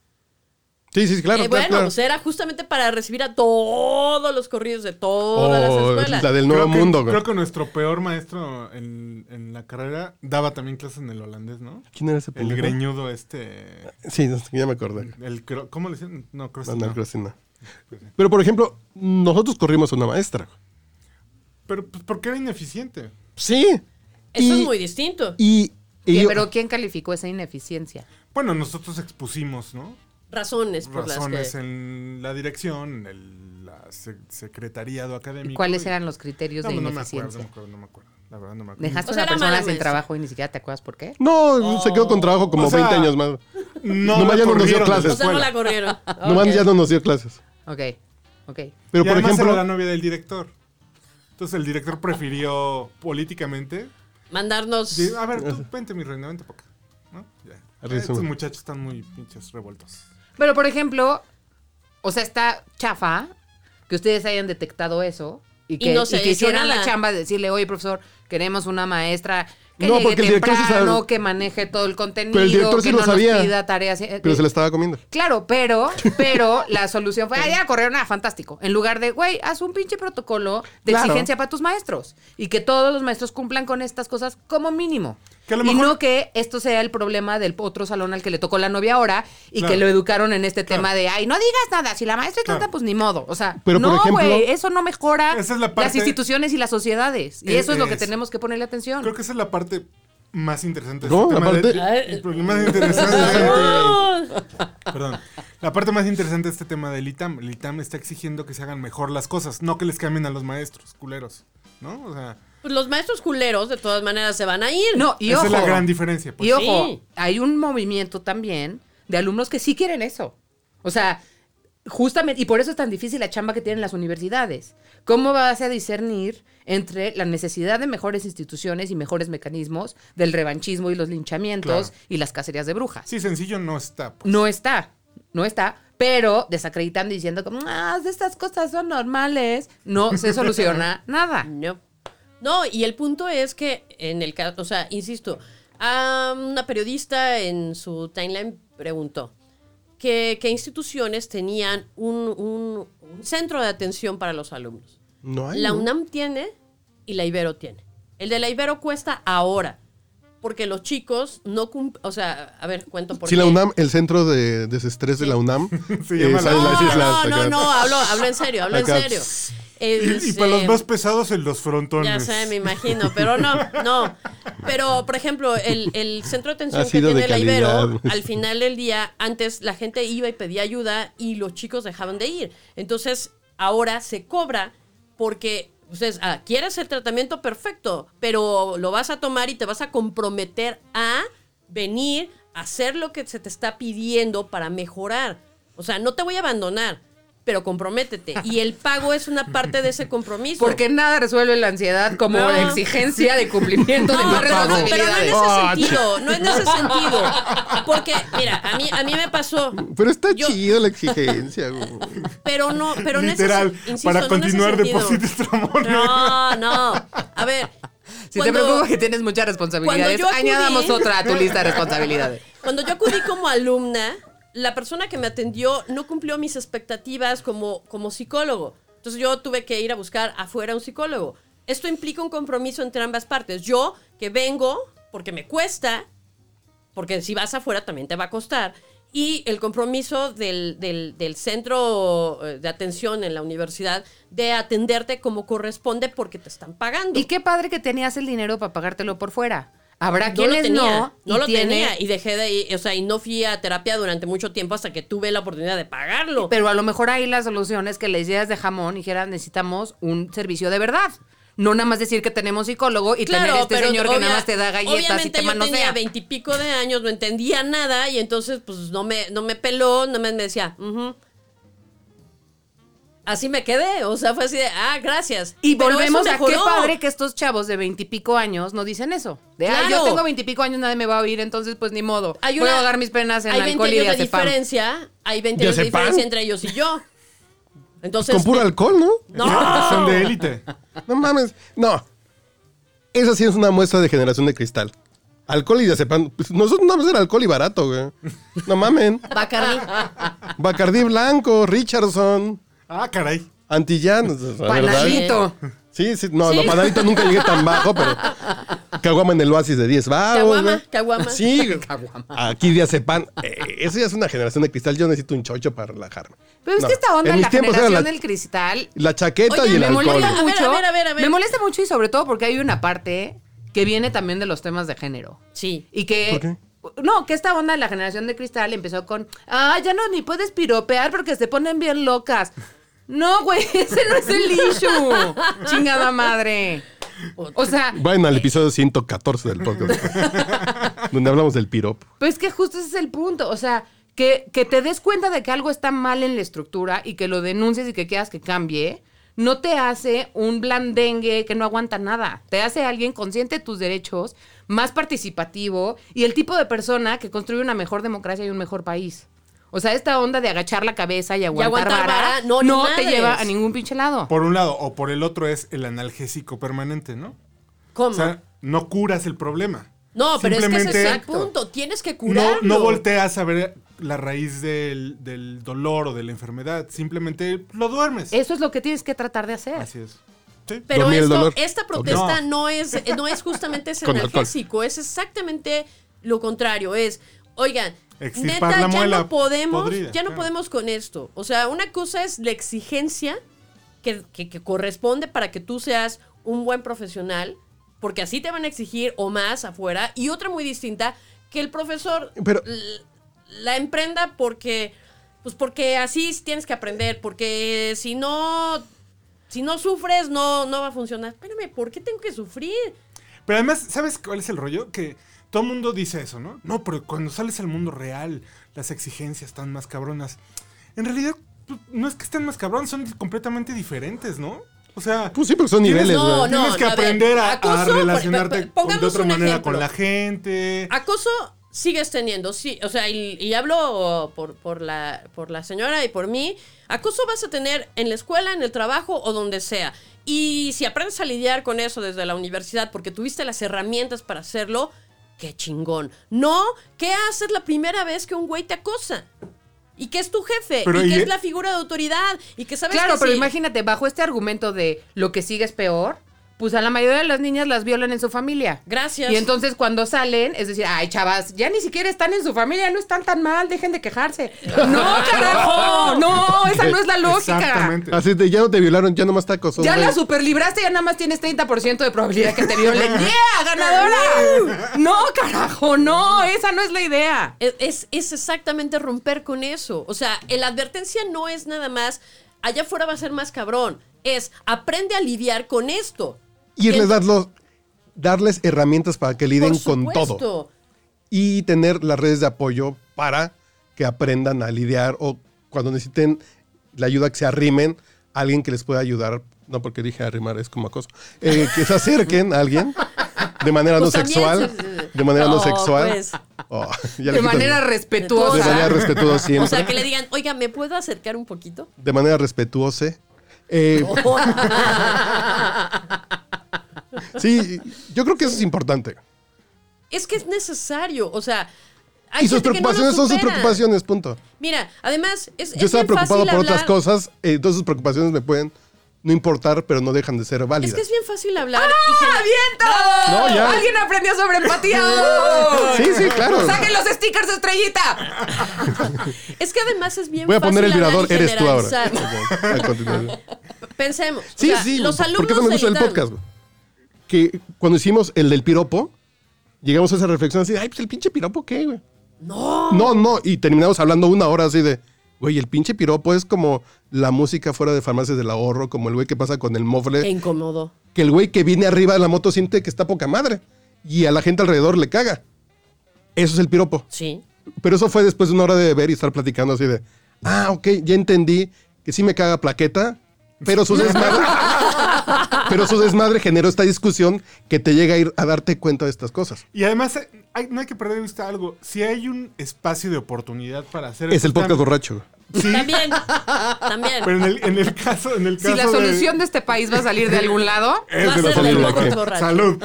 Sí, sí, sí, claro. Eh, claro, bueno, claro. pues era justamente para recibir a todos los corridos de todas O las escuelas. Oh, la del Oh, Creo nuevo que- mundo, güey. Creo que nuestro peor maestro en, en la carrera daba también clases en el holandés, ¿no? ¿Quién era ese El pendejo? greñudo este. Sí, no sé, ya me acordé. El, cro- ¿Cómo le decían? No, creo No, que no, no. pues, creo que sí, no. Pero, por ejemplo, nosotros corrimos a una maestra. güey. Pero pues, porque era ineficiente. Sí. Eso Y- es muy distinto. Y, y ¿Qué- yo- Pero ¿quién calificó esa ineficiencia? Bueno, nosotros expusimos, ¿no? Razones por las Razones que... en la dirección, en el la se- secretariado académico. ¿Y cuáles y- eran los criterios No, de no me acuerdo, ineficiencia? no me acuerdo, no me acuerdo. La verdad no me acuerdo. Dejaste O a una sea, era persona mala sin maestra. trabajo y ni siquiera te acuerdas por qué. no, se quedó con trabajo como O sea, 20 años más. No, Nomás ya no nos dio corrieron de clases. O sea, no escuela. la corrieron. Nomás ya no nos dio clases. Ok, ok. Y Pero, por además ejemplo, era la novia del director. Entonces el director prefirió políticamente. Mandarnos... de, a ver, tú vente, mi reina, vente para acá. ¿no? Ya. Resumen. Estos muchachos están muy pinches revueltos. Pero, por ejemplo, o sea, está chafa que ustedes hayan detectado eso y que, no se y que hizo hicieran nada. la chamba de decirle, oye, profesor, queremos una maestra que No, llegue porque el director sí sabe- temprano, que maneje todo el contenido, director sí que lo no sabía. nos pida tareas. eh, pero eh, se la estaba comiendo. Claro, pero, pero la solución fue, ah, ya corrieron, ah, fantástico. En lugar de, güey, haz un pinche protocolo de Claro. exigencia para tus maestros y que todos los maestros cumplan con estas cosas como mínimo. Que a lo y mejor- no que esto sea el problema del otro salón al que le tocó la novia ahora y Claro. que lo educaron en este tema de, ay, no digas nada, si la maestra es tonta, Claro. pues ni modo. O sea, Pero, por no, ejemplo, güey, eso no mejora esa es la las parte- instituciones y las sociedades. Y Es- eso es lo que es. tenemos que ponerle atención. Creo que esa es la parte más interesante de No, este la tema. parte- de- el problema más interesante. este Ah, No. Perdón. La parte más interesante de este tema del ITAM. El ITAM está exigiendo que se hagan mejor las cosas, no que les cambien a los maestros, culeros. ¿No? O sea, Pues los maestros culeros, de todas maneras, se van a ir. No, y esa ojo. es la gran diferencia. pues. y ojo, Sí. hay un movimiento también de alumnos que sí quieren eso. O sea, justamente, y por eso es tan difícil la chamba que tienen las universidades. ¿Cómo vas a discernir entre la necesidad de mejores instituciones y mejores mecanismos del revanchismo y los linchamientos Claro. y las cacerías de brujas? Sí, sencillo no está. pues. No está, no está. Pero desacreditando y diciendo como, ah, estas cosas son normales, no se soluciona nada. No. No, y el punto es que en el caso, o sea, insisto, a una periodista en su timeline preguntó que, qué instituciones tenían un, un- un centro de atención para los alumnos. No hay. La ¿no? UNAM tiene y la Ibero tiene. El de la Ibero cuesta ahora, porque los chicos no cumplen, o sea, a ver, cuento por Sí, qué. la UNAM, el centro de desestrés de la UNAM. Eh, Se llama sale la- las No, islas, no, no, acá. no, hablo, hablo en serio, hablo en Acá. serio. Y, y Es, para los eh, más pesados en los Ya frontones. sé, me imagino, pero no, no. Pero, por ejemplo, el, el centro de atención Ha que sido tiene de la Ibero, calidad. al final del día, antes la gente iba y pedía ayuda y los chicos dejaban de ir. Entonces, ahora se cobra porque ustedes, ah, quieres el tratamiento perfecto, pero lo vas a tomar y te vas a comprometer a venir, a hacer lo que se te está pidiendo para mejorar. O sea, no te voy a abandonar, pero comprométete. Y el pago es una parte de ese compromiso. Porque nada resuelve la ansiedad como No. la exigencia de cumplimiento de No, más pero no, pero no en responsabilidades. ese sentido, no en ese sentido. Porque, mira, a mí, a mí me pasó, Pero está Yo- chido la exigencia, güey. pero no, pero en ese Literal, sen- insisto, para no en ese continuar este sentido. deposites tramones. No, no. A ver, Si cuando- te preocupa que tienes muchas cuando responsabilidades, yo acudí- añadamos otra a tu lista de responsabilidades. Cuando yo acudí como alumna, la persona que me atendió no cumplió mis expectativas como, como psicólogo. Entonces yo tuve que ir a buscar afuera un psicólogo. Esto implica un compromiso entre ambas partes. Yo, que vengo porque me cuesta, porque si vas afuera también te va a costar. y el compromiso del, del- del centro eh, de atención en la universidad de atenderte como corresponde porque te están pagando. Y qué padre que tenías el dinero para pagártelo por fuera. Habrá No lo quienes tenía, no. no, y lo tiene- tenía y dejé de ir, o sea, y no fui a terapia durante mucho tiempo hasta que tuve la oportunidad de pagarlo. Pero a lo mejor ahí la solución es que les llegas de jamón y dijeras, necesitamos un servicio de verdad. No nada más decir que tenemos psicólogo y tener este señor que obvia- nada más te da galletas y obviamente te yo tenía manosea. veintipico de años, no entendía nada y entonces pues no me, no me peló, no me, me decía, "Ujú". así me quedé, o sea, fue así de, ah, gracias. Y Pero eso volvemos a qué mejoró. padre que estos chavos de veintipico años no dicen eso. De, "Ay, yo Claro. tengo veintipico años, nadie me va a oír, entonces pues ni modo. Hay Puedo una- ahogar mis penas en hay 20 alcohol y años de diazepam". diferencia, hay 20 ¿De años de Azepam? diferencia entre ellos y yo. Entonces, pues, Con puro alcohol, ¿no? no. Son de élite. No mames. No. Esa sí es una muestra de generación de cristal. Alcohol y diazepam. Pues nosotros nada más era alcohol y barato, güey. No mamen. Bacardí. Bacardí Blanco, Richardson, Ah, caray. Antillán. o sea, la verdad. Panadito. Sí, sí. No, no, panadito nunca llegué tan bajo, pero... Caguama en el oasis de 10 baros. Caguama, güey. caguama. Sí. Aquí diazepam. Eh, eso ya es una generación de cristal. Yo necesito un chocho para relajarme. Pero es No. que esta onda, En mis la tiempos era generación la- del cristal, La chaqueta Oye, y el me alcohol. molesta A ver, mucho. a ver, a ver, a ver. Me molesta mucho y sobre todo porque hay una parte que viene también de los temas de género. Sí. Y que. No, que esta onda de la generación de cristal empezó con. Ah, ya no ni puedes piropear porque se ponen bien locas. No, güey, ese no es el issue. Chingada madre. O sea, Vayan al episodio 114 del podcast. donde hablamos del piropo. Pero es que justo ese es el punto. O sea, que, que te des cuenta de que algo está mal en la estructura y que lo denuncies y que quieras que cambie, no te hace un blandengue que no aguanta nada. Te hace alguien consciente de tus derechos, más participativo y el tipo de persona que construye una mejor democracia y un mejor país. O sea, esta onda de agachar la cabeza y aguantar, aguantar vara, vara, no, ni no te madres. lleva a ningún pinche lado. Por un lado, o por el otro es el analgésico permanente, ¿no? ¿Cómo? O sea, no curas el problema. no, pero es que ese es el Simplemente punto. Tienes que curarlo. No, no volteas a ver la raíz del, del dolor o de la enfermedad. Simplemente lo duermes. Eso es lo que tienes que tratar de hacer. Así es. Sí. Pero Dormir el esto- dolor. esta protesta No. no. es, eh, no es justamente ese Con alcohol. analgésico, es exactamente lo contrario. Es, oigan, Extirpar neta, la ya muela no podemos, podrida, ya no claro. podemos con esto. O sea, una cosa es la exigencia que, que- que corresponde para que tú seas un buen profesional, porque así te van a exigir o más afuera, y otra muy distinta, que el profesor Pero- l- la emprenda porque. Pues porque así tienes que aprender, porque si no si no sufres, no, no va a funcionar. Espérame, ¿por qué tengo que sufrir? Pero además, ¿sabes cuál es el rollo? Que todo el mundo dice eso, ¿no? No, pero cuando sales al mundo real, las exigencias están más cabronas. En realidad, pues, no es que estén más cabronas, son completamente diferentes, ¿no? O sea, Pues sí, porque son tienes- niveles, No, güey. no. tienes que a ver, aprender a, a acoso, por- relacionarte por- con- de pongamos otra un manera ejemplo. con la gente. Acoso sigues teniendo, sí, o sea, y, y hablo por, por, la, por la señora y por mí. Acoso vas a tener en la escuela, en el trabajo o donde sea. Y si aprendes a lidiar con eso desde la universidad porque tuviste las herramientas para hacerlo, qué chingón. No, ¿qué haces la primera vez que un güey te acosa? Y que es tu jefe, Pero y que y- es la figura de autoridad, y que sabes Claro, que pero si- imagínate, bajo este argumento de lo que sigue es peor, pues a la mayoría de las niñas las violan en su familia. Gracias. Y entonces cuando salen, es decir, ay, chavas, ya ni siquiera están en su familia, no están tan mal, dejen de quejarse. no, carajo, no, esa no es la lógica. Exactamente. Así de, ya no te violaron, ya nomás te acosó. Ya güey. la superlibraste, ya nada más tienes 30% de probabilidad que te violen. ¡Eh, ¡Yeah, ganadora! No, carajo, no, esa no es la idea. Es, e, es- es exactamente romper con eso. O sea, la advertencia no es nada más, allá afuera va a ser más cabrón. Es, aprende a lidiar con esto. Y les el- das los- darles herramientas para que Por liden con supuesto. todo. Y tener las redes de apoyo para que aprendan a lidiar o cuando necesiten la ayuda que se arrimen, alguien que les pueda ayudar. No, porque dije arrimar, es como acoso. Eh, que se acerquen a alguien de manera Pues no también sexual. se- De manera no Oh, sexual. pues. Oh, ya le De quito- manera de respetuosa. manera respetuosa siempre. O sea, que le digan, oiga, ¿me puedo acercar un poquito? de manera respetuosa. Eh, sí, yo creo que eso es importante. Es que es necesario. O sea, hay Y sus gente que no lo preocupaciones son sus supera. preocupaciones, punto. Mira, además, es, Yo estaba preocupado por otras cosas cosas, eh, entonces sus preocupaciones me pueden no importar, pero no dejan de ser válidas. Es que es bien fácil hablar. y ¡Ah, generar- viento! No, ya. ¡Alguien aprendió sobre empatía! ¡Oh! Sí, sí, claro. ¡Saquen los stickers, estrellita! Es que además es bien Voy a fácil poner el hablar vibrador, y eres tú ahora. generalizar. Ok, a continuación. Pensemos. Sí, o sea, sí. Los alumnos porque eso me gusta del el ITAM. podcast. güey. Que cuando hicimos el del piropo, llegamos a esa reflexión así, ay, pues el pinche piropo, ¿qué, güey? No. No, no. Y terminamos hablando una hora así de, güey, el pinche piropo es como la música fuera de farmacias del ahorro, como el güey que pasa con el mofle, Qué incómodo. que el güey que viene arriba de la moto siente que está poca madre y a la gente alrededor le caga. Eso es el piropo. Sí. Pero eso fue después de una hora de ver y estar platicando así de, ah, ok, ya entendí que sí me caga plaqueta, pero su desmadre, pero su desmadre generó esta discusión que te llega a ir a darte cuenta de estas cosas. Y además, eh, hay- no hay que perder de vista algo. Si hay un espacio de oportunidad para hacer Es el estos podcast cambios- borracho. Sí, También. También. pero en el, en el caso, en el caso Si la solución de este país va a salir de algún lado, Es Va a de los ser del amigos. podcast borracho. Salud.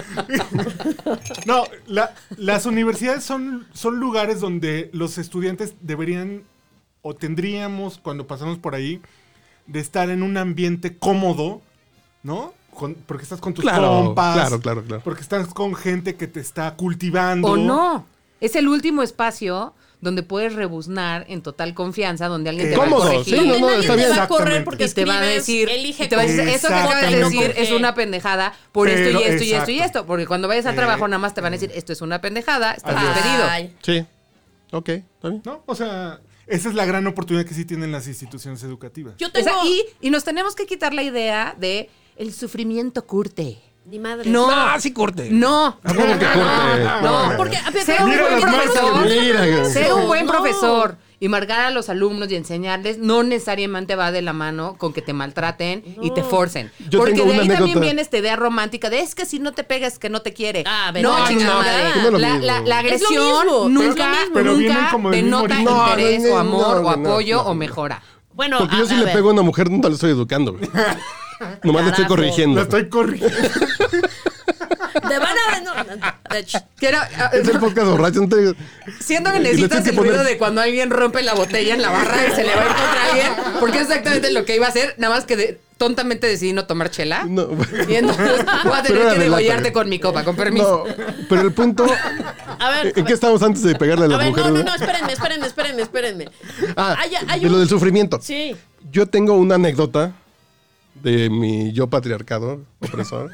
no, la- las universidades son, son lugares donde los estudiantes deberían o tendríamos, cuando pasamos por ahí, de estar en un ambiente cómodo, ¿no? Con- porque estás con tus Claro, compas. claro, claro, claro. Porque estás con gente que te está cultivando. o no. Es el último espacio donde puedes rebuznar en total confianza, donde alguien te va a Cómodo, corregir. sí, no, Donde no, nadie está te bien. va a correr Exactamente. porque y te va a escribes, decir, elige y te va a decir, cómo. eso que acabas de Exacto. decir es una pendejada por esto y Pero- esto y esto y exacto. esto. Porque cuando vayas al Eh, trabajo nada más te van a decir, esto es una pendejada, estás Adiós. despedido. Ay. Sí. Ok, está bien. ¿No? O sea, esa es la gran oportunidad que sí tienen las instituciones educativas. Yo O sea, tengo... y, y nos tenemos que quitar la idea de el sufrimiento curte. Ni madre. No. sí, corte. No. ¿A poco que corte? No, No. Porque... Sé un Mira buen las manos, profesor. Mira, Ser un buen No. profesor y marcar a los alumnos y enseñarles no necesariamente va de la mano con que te maltraten y te forcen. Yo Porque de tengo ahí una también anécdota. viene esta idea romántica de es que si no te pegas que no te quiere. Ah, no, ¿verdad? chingada No, madre. que no es lo La, mismo. la- la Es lo agresión mismo, nunca, es lo mismo. Pero vienen nunca como del mismo denota origen. No, interés no, o no, amor o no, apoyo no, no. o mejora. Bueno, Porque a- yo si a le ver. pego a una mujer, no la estoy educando. güey. Nomás le estoy Carajo. La corrigiendo. estoy corrigiendo. Te van a... no, no, no. Quiero, Es el podcast borracho. no te- Siento que Y le tienes necesitas que el ruido poner- de cuando alguien rompe la botella en la barra y se le va a ir contra alguien, porque es exactamente lo que iba a hacer, nada más que de- tontamente decidí no tomar chela. No. Y entonces voy Pero era a tener que de lata, degollarte güey. con mi copa, con No, permiso. pero el punto. eh, A ver, ¿En qué estábamos antes de pegarle a A las ver, no, mujeres? no, güey? no, espérenme, espérenme, espérenme, espérenme. Ah, Hay- hay de un- lo del sufrimiento. Sí. Yo tengo una anécdota de mi yo patriarcado, opresor.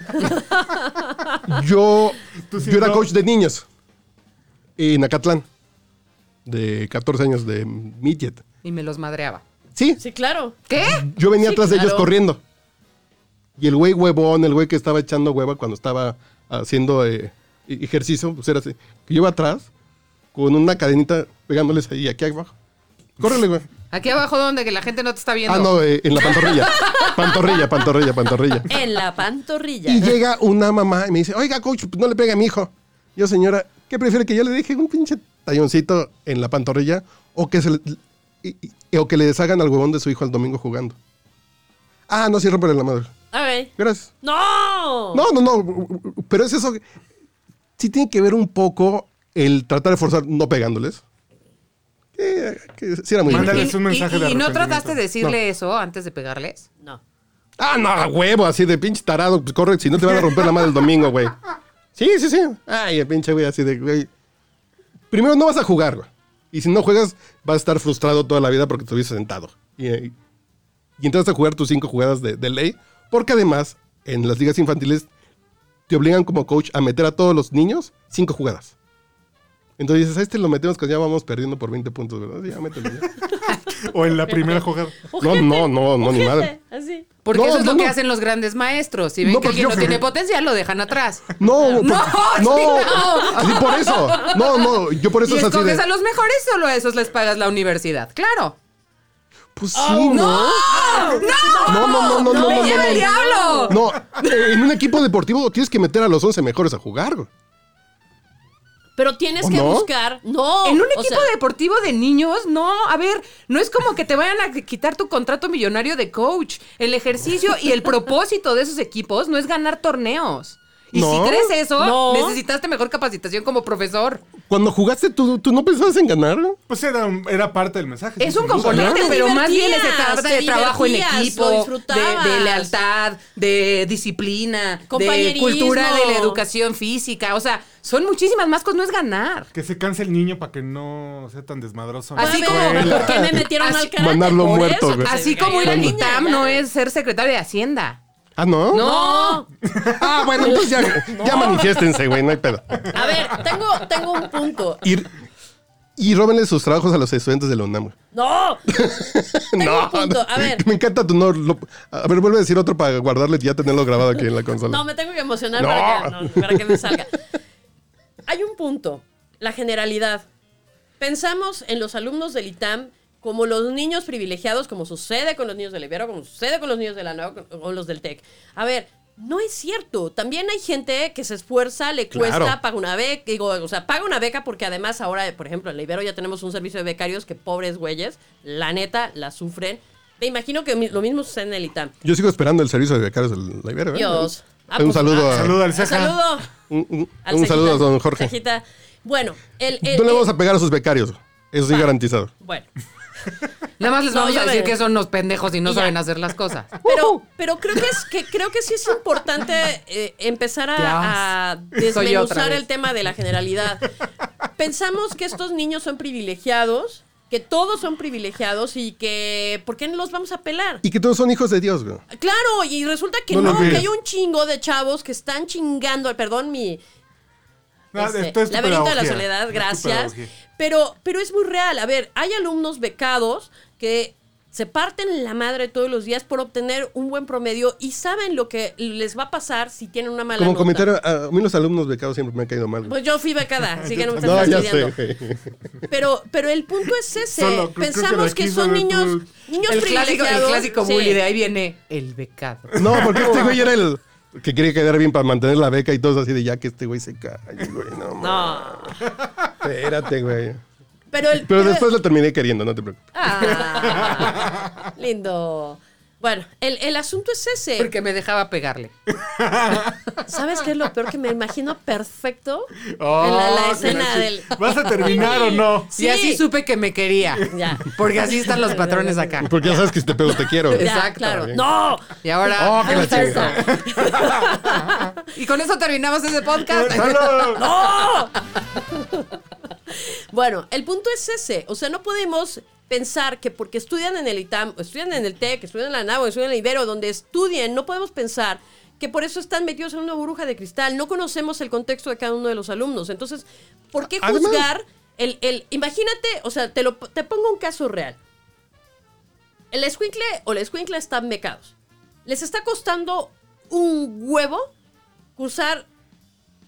yo, Tú sí, yo era no. coach de niños en Acatlán, de 14 años de midget. Y me los madreaba. Sí, Sí, claro. ¿Qué? yo venía Sí, atrás de ellos claro. corriendo. Y el güey huevón, el güey que estaba echando hueva cuando estaba haciendo eh, e- ejercicio, pues era así. Que yo iba atrás con una cadenita pegándoles ahí, aquí abajo. Córrele, güey. Aquí abajo donde que la gente no te está viendo. Ah, no, eh, en la pantorrilla. pantorrilla, pantorrilla, pantorrilla. En la pantorrilla. Y llega una mamá y me dice, oiga, coach, pues no le pegue a mi hijo. Yo, señora, ¿qué prefiere que yo le deje un pinche talloncito en la pantorrilla o que, se le, y- y- o que le deshagan al huevón de su hijo el domingo jugando? Ah, no, sí, rompele la madre. A ver. Gracias. ¡No! No, no, no, pero es eso. que- Sí tiene que ver un poco el tratar de forzar no pegándoles. Que, que sí era muy Mándale difícil. Es un mensaje y, de y no arrepentimiento. trataste de decirle eso antes de pegarles? No. Ah, no, a huevo, así de pinche tarado. Pues corre, si no te van a romper la madre el domingo, güey. Sí, sí, sí. Ay, el pinche güey, así de, güey. Primero no vas a jugar, güey. Y si no juegas, vas a estar frustrado toda la vida porque estuviste sentado. Y, eh, y entraste a jugar tus cinco jugadas de, de ley. Porque además, en las ligas infantiles, te obligan como coach a meter a todos los niños cinco jugadas. Entonces dices, a este lo metemos que ya vamos perdiendo por 20 puntos, ¿verdad? Sí, Ya mételo. ya. O en la primera jugada. No, no, no, no, ni Ojete, madre. Así. Porque No, eso es no, lo que no. hacen los grandes maestros. Si ven No, que porque alguien no yo- tiene potencial, lo dejan atrás. No, No, por- sí, no. así por eso. No, no, yo por eso y es así escoges de. a los mejores, solo a esos les pagas la universidad. Claro. Pues sí, no. No, no, no, no, no, no, ¡Me no, lleva el no. diablo! No, eh, en un equipo deportivo tienes que meter a los 11 mejores a jugar. güey. Pero tienes ¿O que no? buscar. No. En un o equipo sea, deportivo de niños, no, a ver, no es como que te vayan a quitar tu contrato millonario de coach. El ejercicio y el propósito de esos equipos no es ganar torneos. Y No. si crees eso, No. necesitaste mejor capacitación como profesor. Cuando jugaste, ¿tú, tú no pensabas en ganar? Pues era, era parte del mensaje. Es sí, un sin duda, ¿no? componente, Pues Te pero más bien es de divertías, trata de te trabajo en divertías, equipo, lo de- de, disfrutabas. lealtad, de disciplina, de Compañerismo. cultura de la educación física. O sea, son muchísimas más cosas, no es ganar. Que se canse el niño para que no sea tan desmadroso. Así Así A como- como... ver, ¿Por qué me metieron Así- al karate? Mandarlo Por muerto, eso, güey. que se Así me como ir cayó al la ITAM niña, no ya. es ser secretario de Hacienda. Ah, ¿no? No. Ah, bueno, entonces ya, ya manifiéstense, güey, no hay pedo. A ver, tengo, tengo un punto. Y, y róbenle sus trabajos a los estudiantes de la UNAM. güey. ¡No! Tengo no, un punto, a ver. Me encanta tu no. lo- a ver, vuelve a decir otro para guardarle y ya tenerlo grabado aquí en la consola. No, me tengo que emocionar No. Para, que, no, para que me salga. Hay un punto, la generalidad. Pensamos en los alumnos del ITAM como los niños privilegiados, como sucede con los niños del Ibero, como sucede con los niños de la NAO, con- con los del TEC. A ver, no es cierto. También hay gente que se esfuerza, le cuesta, Claro. paga una beca, digo, o sea, paga una beca porque además ahora, por ejemplo, en la Ibero ya tenemos un servicio de becarios que pobres güeyes, la neta, la sufren. Me imagino que mi- lo mismo sucede en el ITAM. Yo sigo esperando el servicio de becarios del la Ibero. ¿eh? Dios. Ah, un pues, saludo ah, a. Saludo al Ceja. Saludo. Un, un- Al eh, un Cejita. saludo a don Jorge. Cejita. Bueno, el. el- No le el- vamos a pegar a sus becarios. Eso sí, garantizado. Bueno, Nada más les No, vamos ya a decir veré. que son unos pendejos y no Y ya. saben hacer las cosas. pero, pero creo que es que creo que sí es importante eh, empezar a, a Dios. Soy yo otra desmenuzar vez. el tema de la generalidad. Pensamos que estos niños son privilegiados, que todos son privilegiados y que ¿por qué no los vamos a pelar? Y que todos son hijos de Dios, güey. Claro, y resulta que No no, lo que veo. hay un chingo de chavos que están chingando, perdón mi, No, Este, Ah, esto es tu laberinto de la pedagogía. soledad, Es tu gracias. pedagogía. Pero, pero es muy real. A ver, hay alumnos becados que se parten la madre todos los días por obtener un buen promedio y saben lo que les va a pasar si tienen una mala Como nota. comentario, a mí los alumnos becados siempre me han caído mal. güey. Pues yo fui becada, así que no me están No, ya fastidiando. sé. güey. Pero, pero el punto es ese. Solo creo que Pensamos aquí que son sobre niños, todo- niños el clásico, privilegiados. el clásico Sí. bully de ahí viene el becado. No, porque este güey era el que quería quedar bien para mantener la beca y todo así de ya que este güey se cae, güey. No, mames. No. Espérate, güey. Pero, el, Pero después lo terminé queriendo, no te preocupes. Ah, lindo. Bueno, el, el asunto es ese. Porque me dejaba pegarle. ¿Sabes qué es lo peor que me imagino perfecto? Oh, en la, la que escena chi- del. ¿Vas a terminar o no? Sí. Y así supe que me quería. Ya. Porque así están los patrones acá. Porque ya sabes que si te pego te quiero. güey. Ya, Exacto. claro. ¡No! Y ahora. Oh, que la Exacto. chingada. Y con eso terminamos ese podcast. ¡Salud! ¡No! bueno, el punto es ese. O sea, no podemos pensar que porque estudian en el ITAM, o estudian en el TEC, estudian en la NAVO, estudian en el Ibero, donde estudien, no podemos pensar que por eso están metidos en una burbuja de cristal. No conocemos el contexto de cada uno de los alumnos. Entonces, ¿por qué Además- juzgar el, el- Imagínate, o sea, te, lo, te pongo un caso real. El escuincle o la escuincla están becados. Les está costando un huevo cursar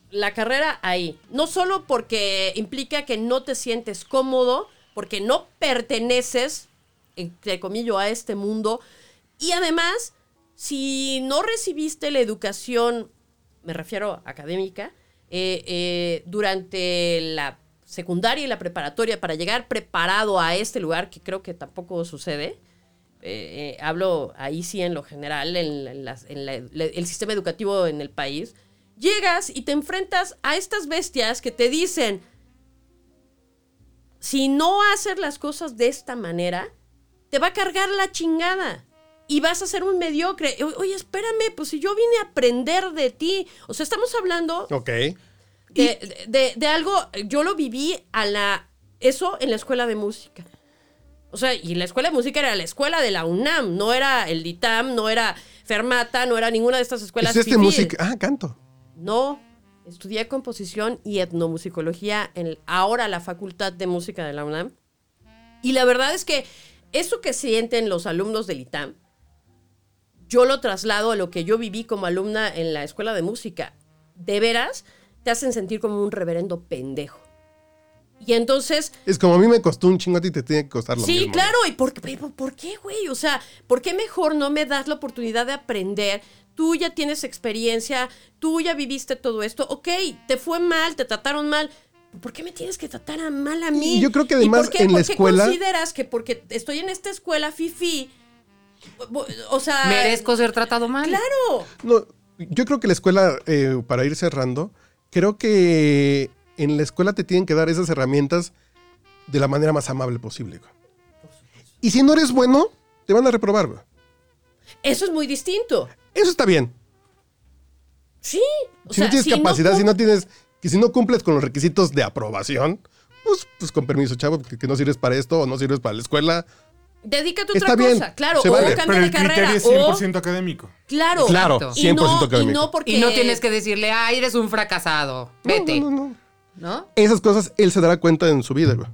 la carrera ahí. No solo porque implica que no te sientes cómodo, porque no perteneces, entre comillas, a este mundo. Y además, si no recibiste la educación, me refiero académica, eh, eh, durante la secundaria y la preparatoria para llegar preparado a este lugar, que creo que tampoco sucede, eh, eh, hablo ahí sí en lo general, en, la- en las- en la- la- el sistema educativo en el país, llegas y te enfrentas a estas bestias que te dicen, si no haces las cosas de esta manera, te va a cargar la chingada. Y vas a ser un mediocre. O- Oye, espérame, pues si yo vine a aprender de ti. O sea, estamos hablando Ok. de, de- de algo, yo lo viví a la, eso en la escuela de música. O sea, y la escuela de música era la escuela de la UNAM, no era el DITAM, no era Fermata, no era ninguna de estas escuelas. ¿Es este fifí. música? Ah, canto. No, estudié composición y etnomusicología en el- ahora la Facultad de Música de la UNAM. Y la verdad es que eso que sienten los alumnos del ITAM, yo lo traslado a lo que yo viví como alumna en la escuela de música. De veras, te hacen sentir como un reverendo pendejo. Y entonces, Es como a mí me costó un chingo a ti te tiene que costar lo sí, mismo. claro, ¿y por, pero por qué, güey? O sea, ¿por qué mejor no me das la oportunidad de aprender? Tú ya tienes experiencia, tú ya viviste todo esto, ok, te fue mal, te trataron mal. ¿Por qué me tienes que tratar a mal a mí? Y yo creo que ¿Y además por qué- en la por qué escuela- consideras que porque estoy en esta escuela, Fifi, o sea... Merezco ser tratado mal. Claro. No, Yo creo que la escuela, eh, para ir cerrando, creo que en la escuela te tienen que dar esas herramientas de la manera más amable posible. güey. Y si no eres bueno, te van a reprobar. güey. Eso es muy distinto. Eso está bien. Sí. o si sea, no tienes si capacidad, si cum- no tienes, que si no cumples con los requisitos de aprobación, pues, pues con permiso, chavo, que, que no sirves para esto o no sirves para la escuela. Dedícate a Está otra bien, cosa. Claro, se o vale. cambia Pero de el carrera. criterio es o, 100% académico. claro, Claro, exacto. 100% y, no, y académico. no porque. Y no tienes que decirle, ah, eres un fracasado. Vete. No, No, no, no. ¿No? Esas cosas él se dará cuenta en su vida, güey.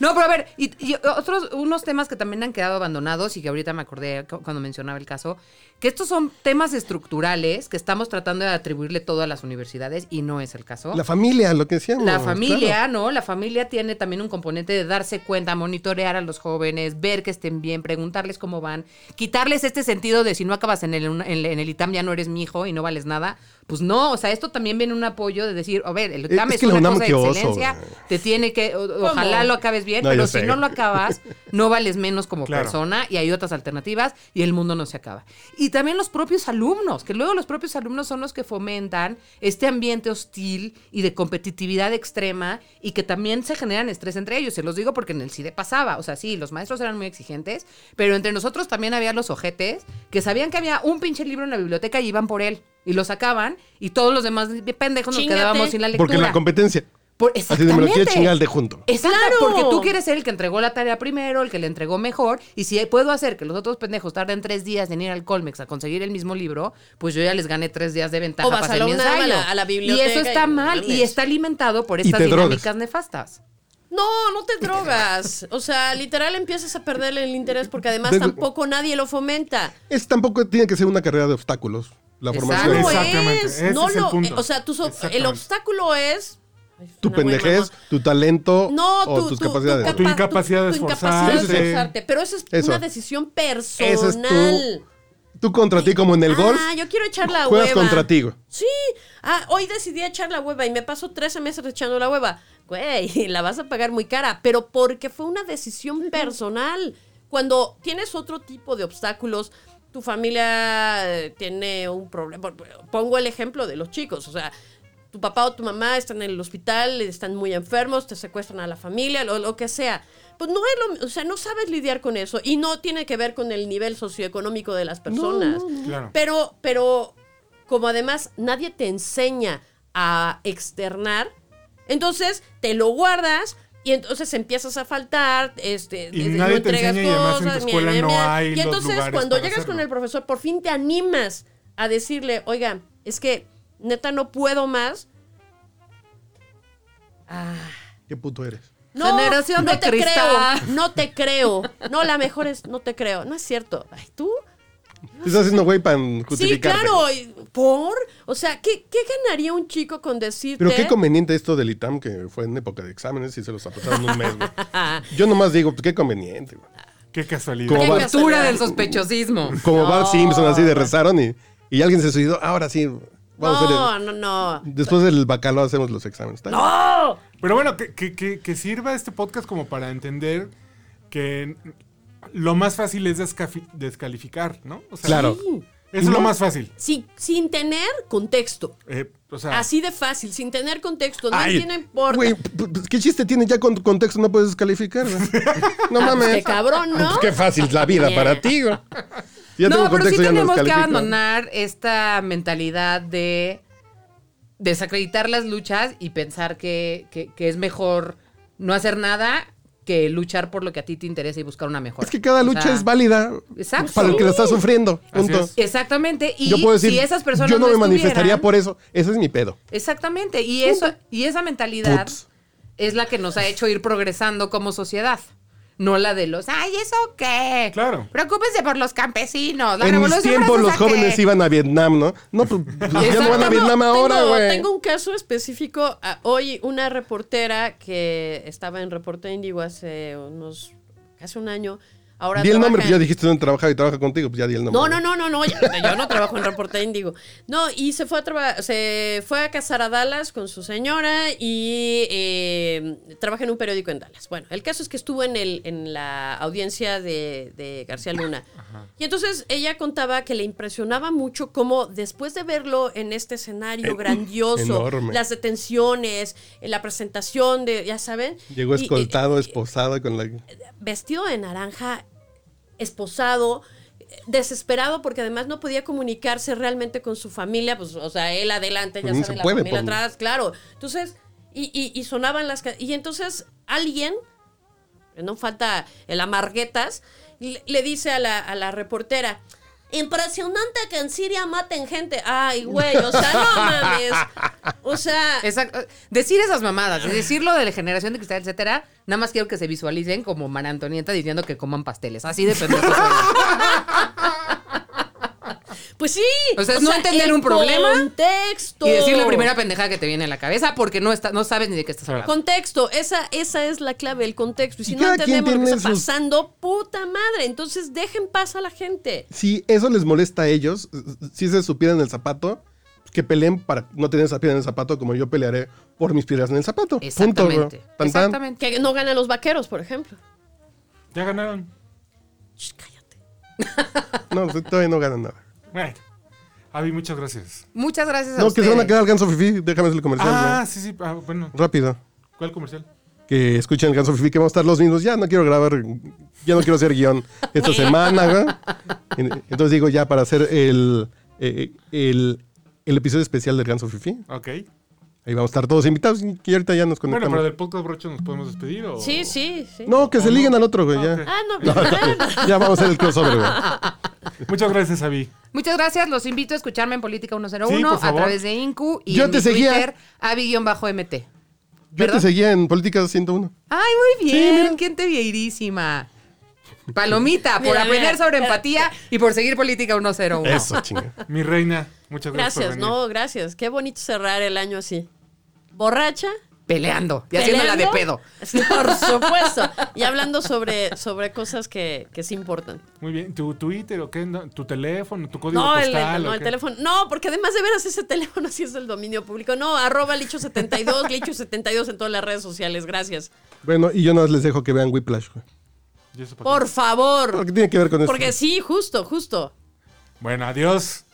pero a ver, y, y otros, unos temas que también han quedado abandonados y que ahorita me acordé cu- cuando mencionaba el caso, que estos son temas estructurales que estamos tratando de atribuirle todo a las universidades y no es el caso. La familia, lo que decíamos. La familia, claro. ¿no? La familia tiene también un componente de darse cuenta, monitorear a los jóvenes, ver que estén bien, preguntarles cómo van, quitarles este sentido de si no acabas en el, en el- en el ITAM ya no eres mi hijo y no vales nada. Pues no, o sea, esto también viene un apoyo de decir, a ver, el ITAM es es, que la una UNAM cosa de qué oso, excelencia, güey. te tiene que, o- ojalá lo acabes bien, No, yo pero si sé. no lo acabas, no vales menos como Claro. persona y hay otras alternativas y el mundo no se acaba. Y también los propios alumnos, que luego los propios alumnos son los que fomentan este ambiente hostil y de competitividad extrema y que también se generan estrés entre ellos. Se los digo porque en el CIDE pasaba. O sea, sí, los maestros eran muy exigentes, pero entre nosotros también había los ojetes que sabían que había un pinche libro en la biblioteca y iban por él. Y lo sacaban y todos los demás pendejos nos Chíngate. quedábamos sin la lectura. Porque la competencia. Por- Así de me lo quiere exactamente. chingar el de junto. Exacto, ¡Claro! porque tú quieres ser el que entregó la tarea primero, el que le entregó mejor, y si puedo hacer que los otros pendejos tarden tres días en ir al Colmex a conseguir el mismo libro, pues yo ya les gané tres días de ventaja O vas para a hacer la mi UNAM, a ensayo. la- a la y biblioteca eso está y- mal, mames. y está alimentado por Y estas te drogas. dinámicas nefastas. No, no te drogas. O sea, literal empiezas a perderle el interés porque además Desde- tampoco nadie lo fomenta. Ah, Es tampoco tiene que ser una carrera de obstáculos. La Exacto. formación. No es Exactamente, es. ese No es el lo. eh, punto. O sea, tus ob- el Exactamente. obstáculo es. Ay, suena tu muy pendejez, mamón. tu talento No, o tu, tus tu- capacidades. capa- Tu incapacidad de tu incapacidad esforzarte. de esforzarte. Pero eso es Eso. una decisión Esa personal. es tu. Tú contra ti, como en el golf. Ah, yo quiero echar la Juegas hueva. contra ti, güey. Sí. Ah, hoy decidí echar la hueva y me paso 13 meses echando la hueva. Güey, la vas a pagar muy cara, pero porque fue una decisión personal. Cuando tienes otro tipo de obstáculos, tu familia eh, tiene un problema. Pongo el ejemplo de los chicos, o sea, tu papá o tu mamá están en el hospital, están muy enfermos, te secuestran a la familia, lo, lo que sea. Pues no es lo, o sea, no sabes lidiar con eso y no tiene que ver con el nivel socioeconómico de las personas. Claro. Pero, pero como además nadie te enseña a externar, entonces te lo guardas y entonces empiezas a faltar, este, Y eh, nadie te enseña y además en tu mia, escuela mia, no mia. hay Y los entonces lugares cuando para llegas con hacerlo. el profesor, por fin te animas a decirle, oiga, es que neta no puedo más. ¿Qué puto eres? No, Generación no de te cristal". creo, no te creo. No, la mejor es no te creo. No es cierto. Ay, tú Te estás haciendo güey para Sí, justificarte. claro. y- ¿Por? O sea, ¿qué, qué ganaría un chico con decirte? Pero qué conveniente esto del ITAM que fue en época de exámenes y se los apretaron un mes, güey. Yo nomás digo, pues qué conveniente, güey. Qué casualidad. Como Qué Bart, casualidad. Cultura del sospechosismo. como Bart Simpson, así de rezaron y, y alguien se suicidó. Ahora sí, vamos a No, hacer. no, no. el- después del bacalao hacemos los exámenes. ¿está bien? Pero bueno, que, que- que- que sirva este podcast como para entender que lo más fácil es descafi- descalificar, ¿no? O sea, Claro. Es lo más fácil. Si- sin tener contexto. Eh, o sea, Así de fácil, sin tener contexto. No, Ah. Ay, no importa. Güey, p- p- ¿qué chiste tiene? Ya con tu contexto no puedes descalificar, güey. No Ah, pues, mames. qué cabrón, ¿no? Pues qué fácil la vida para ti, güey. Si Ya no, pero sí ya tenemos que descalifico. abandonar esta mentalidad de desacreditar las luchas y pensar que, que- que es mejor no hacer nada que luchar por lo que a ti te interesa y buscar una mejor. Es que cada lucha es válida exacto. para el que la está sufriendo. Punto. es. Exactamente. Y yo puedo decir, si esas personas yo no, me manifestaría estuvieran- por eso. Ese es mi pedo. Exactamente. Y, eso, y esa mentalidad Putz. es la que nos ha hecho ir progresando como sociedad. No la de los, ay, ¿eso qué? Claro. Preocúpense por los campesinos. La en mis revolución tiempos los francesa, ¿qué?". jóvenes iban a Vietnam, ¿no? No, pues, pues, ya no van a Tengo- Vietnam ahora, tengo- güey. Tengo un caso específico. Ah, Hoy una reportera que estaba en Reporte Índigo hace unos, casi un año, Ahora Di el nombre, trabaja pues ya dijiste dónde trabajaba y trabaja contigo, pues ya di el nombre. no, no, no, no, no, ya- yo no trabajo en Reporte Índigo. No, y se fue a traba- se fue a casar a Dallas con su señora y eh, trabaja en un periódico en Dallas. Bueno, el caso es que estuvo en, el, en la audiencia de, de García Luna. Y entonces ella contaba que le impresionaba mucho cómo después de verlo en este escenario grandioso, Eh, enorme. las detenciones, en la presentación de, ya saben. Llegó y- y- escoltado, esposado con la... vestido de naranja, esposado, eh, desesperado porque además no podía comunicarse realmente con su familia, pues, o sea, él adelante, ya Pues Ni saben, se la puede, familia por- atrás, claro. Entonces, y, y- y sonaban las... ca- Y entonces alguien, no falta el amarguetas, le, le dice a la, a la reportera... Impresionante que en Siria maten gente. Ay, güey, o sea, no mames. O sea, Exacto. Decir esas mamadas, y decirlo de la generación de cristal, etcétera, nada más quiero que se visualicen como María Antonieta diciendo que coman pasteles. Así de pendejos son. pues sí. O sea, es no entender el un problema Contexto. Y decir la primera pendejada que te viene a la cabeza porque no, está, no sabes ni de qué estás hablando. Contexto, esa, esa es la clave, el contexto. Y si Y no cada quien entendemos lo que tiene está sus- pasando, puta madre. Entonces dejen paz a la gente. Si eso les molesta a ellos, si se su piedra en el zapato, que peleen para no tener esa piedra en el zapato como yo pelearé por mis piedras en el zapato. Punto, Exactamente. bro. Tan, tan. Exactamente. Que no ganan los vaqueros, por ejemplo. Ya ganaron. Shh, cállate. No, sí, todavía no ganan nada. Bueno. Avi, muchas gracias. Muchas gracias a No, que se van a ustedes. quedar al Ganso Fifi, déjame hacer el comercial. Ah, sí, sí. ah, bueno, ¿no? Rápido. ¿cuál comercial? Que escuchen el Ganso Fifi, que vamos a estar los mismos. Ya no quiero grabar, ya no quiero hacer guión esta semana. güey. En- Entonces digo, ya para hacer el, eh, el, el episodio especial del Ganso Fifi, Ok. ahí vamos a estar todos invitados y que ahorita ya nos Bueno, conectamos. pero del podcast brocho nos podemos despedir o. Oh. Sí, sí, sí. No, que se liguen al otro, güey, ya. ok. Ah, no. Ya vamos a hacer el crossover, güey. Muchas gracias, Avi. Muchas gracias. Los invito a escucharme en Política Sí, 101 por a favor. través de Incu y Yo en te mi seguía. Twitter, avi-mt. Yo te ¿Verdad? seguía en Política 101. Ay, muy bien. ¿Quién te vieirísima? Palomita, por Mira, aprender mira. sobre empatía y por seguir Política 101. Eso, chinga. Mi reina, muchas gracias. Gracias, por venir. no, gracias. Qué bonito cerrar el año así. Borracha. Peleando y haciéndola de peleando. pedo. Sí, por supuesto. Y hablando sobre, sobre cosas que, que sí importan. Muy bien. ¿Tu Twitter o qué? No, ¿Tu teléfono? ¿Tu código No, el, postal? el- no, o el qué? teléfono. No, porque además de veras ese teléfono sí es del dominio público. No, arroba licho72, licho72 en todas las redes sociales. Gracias. Bueno, y yo nada más les dejo que vean Whiplash, güey. ¿Y eso para qué? Por favor. Porque tiene que ver con eso. Porque sí, justo, justo. Bueno, adiós.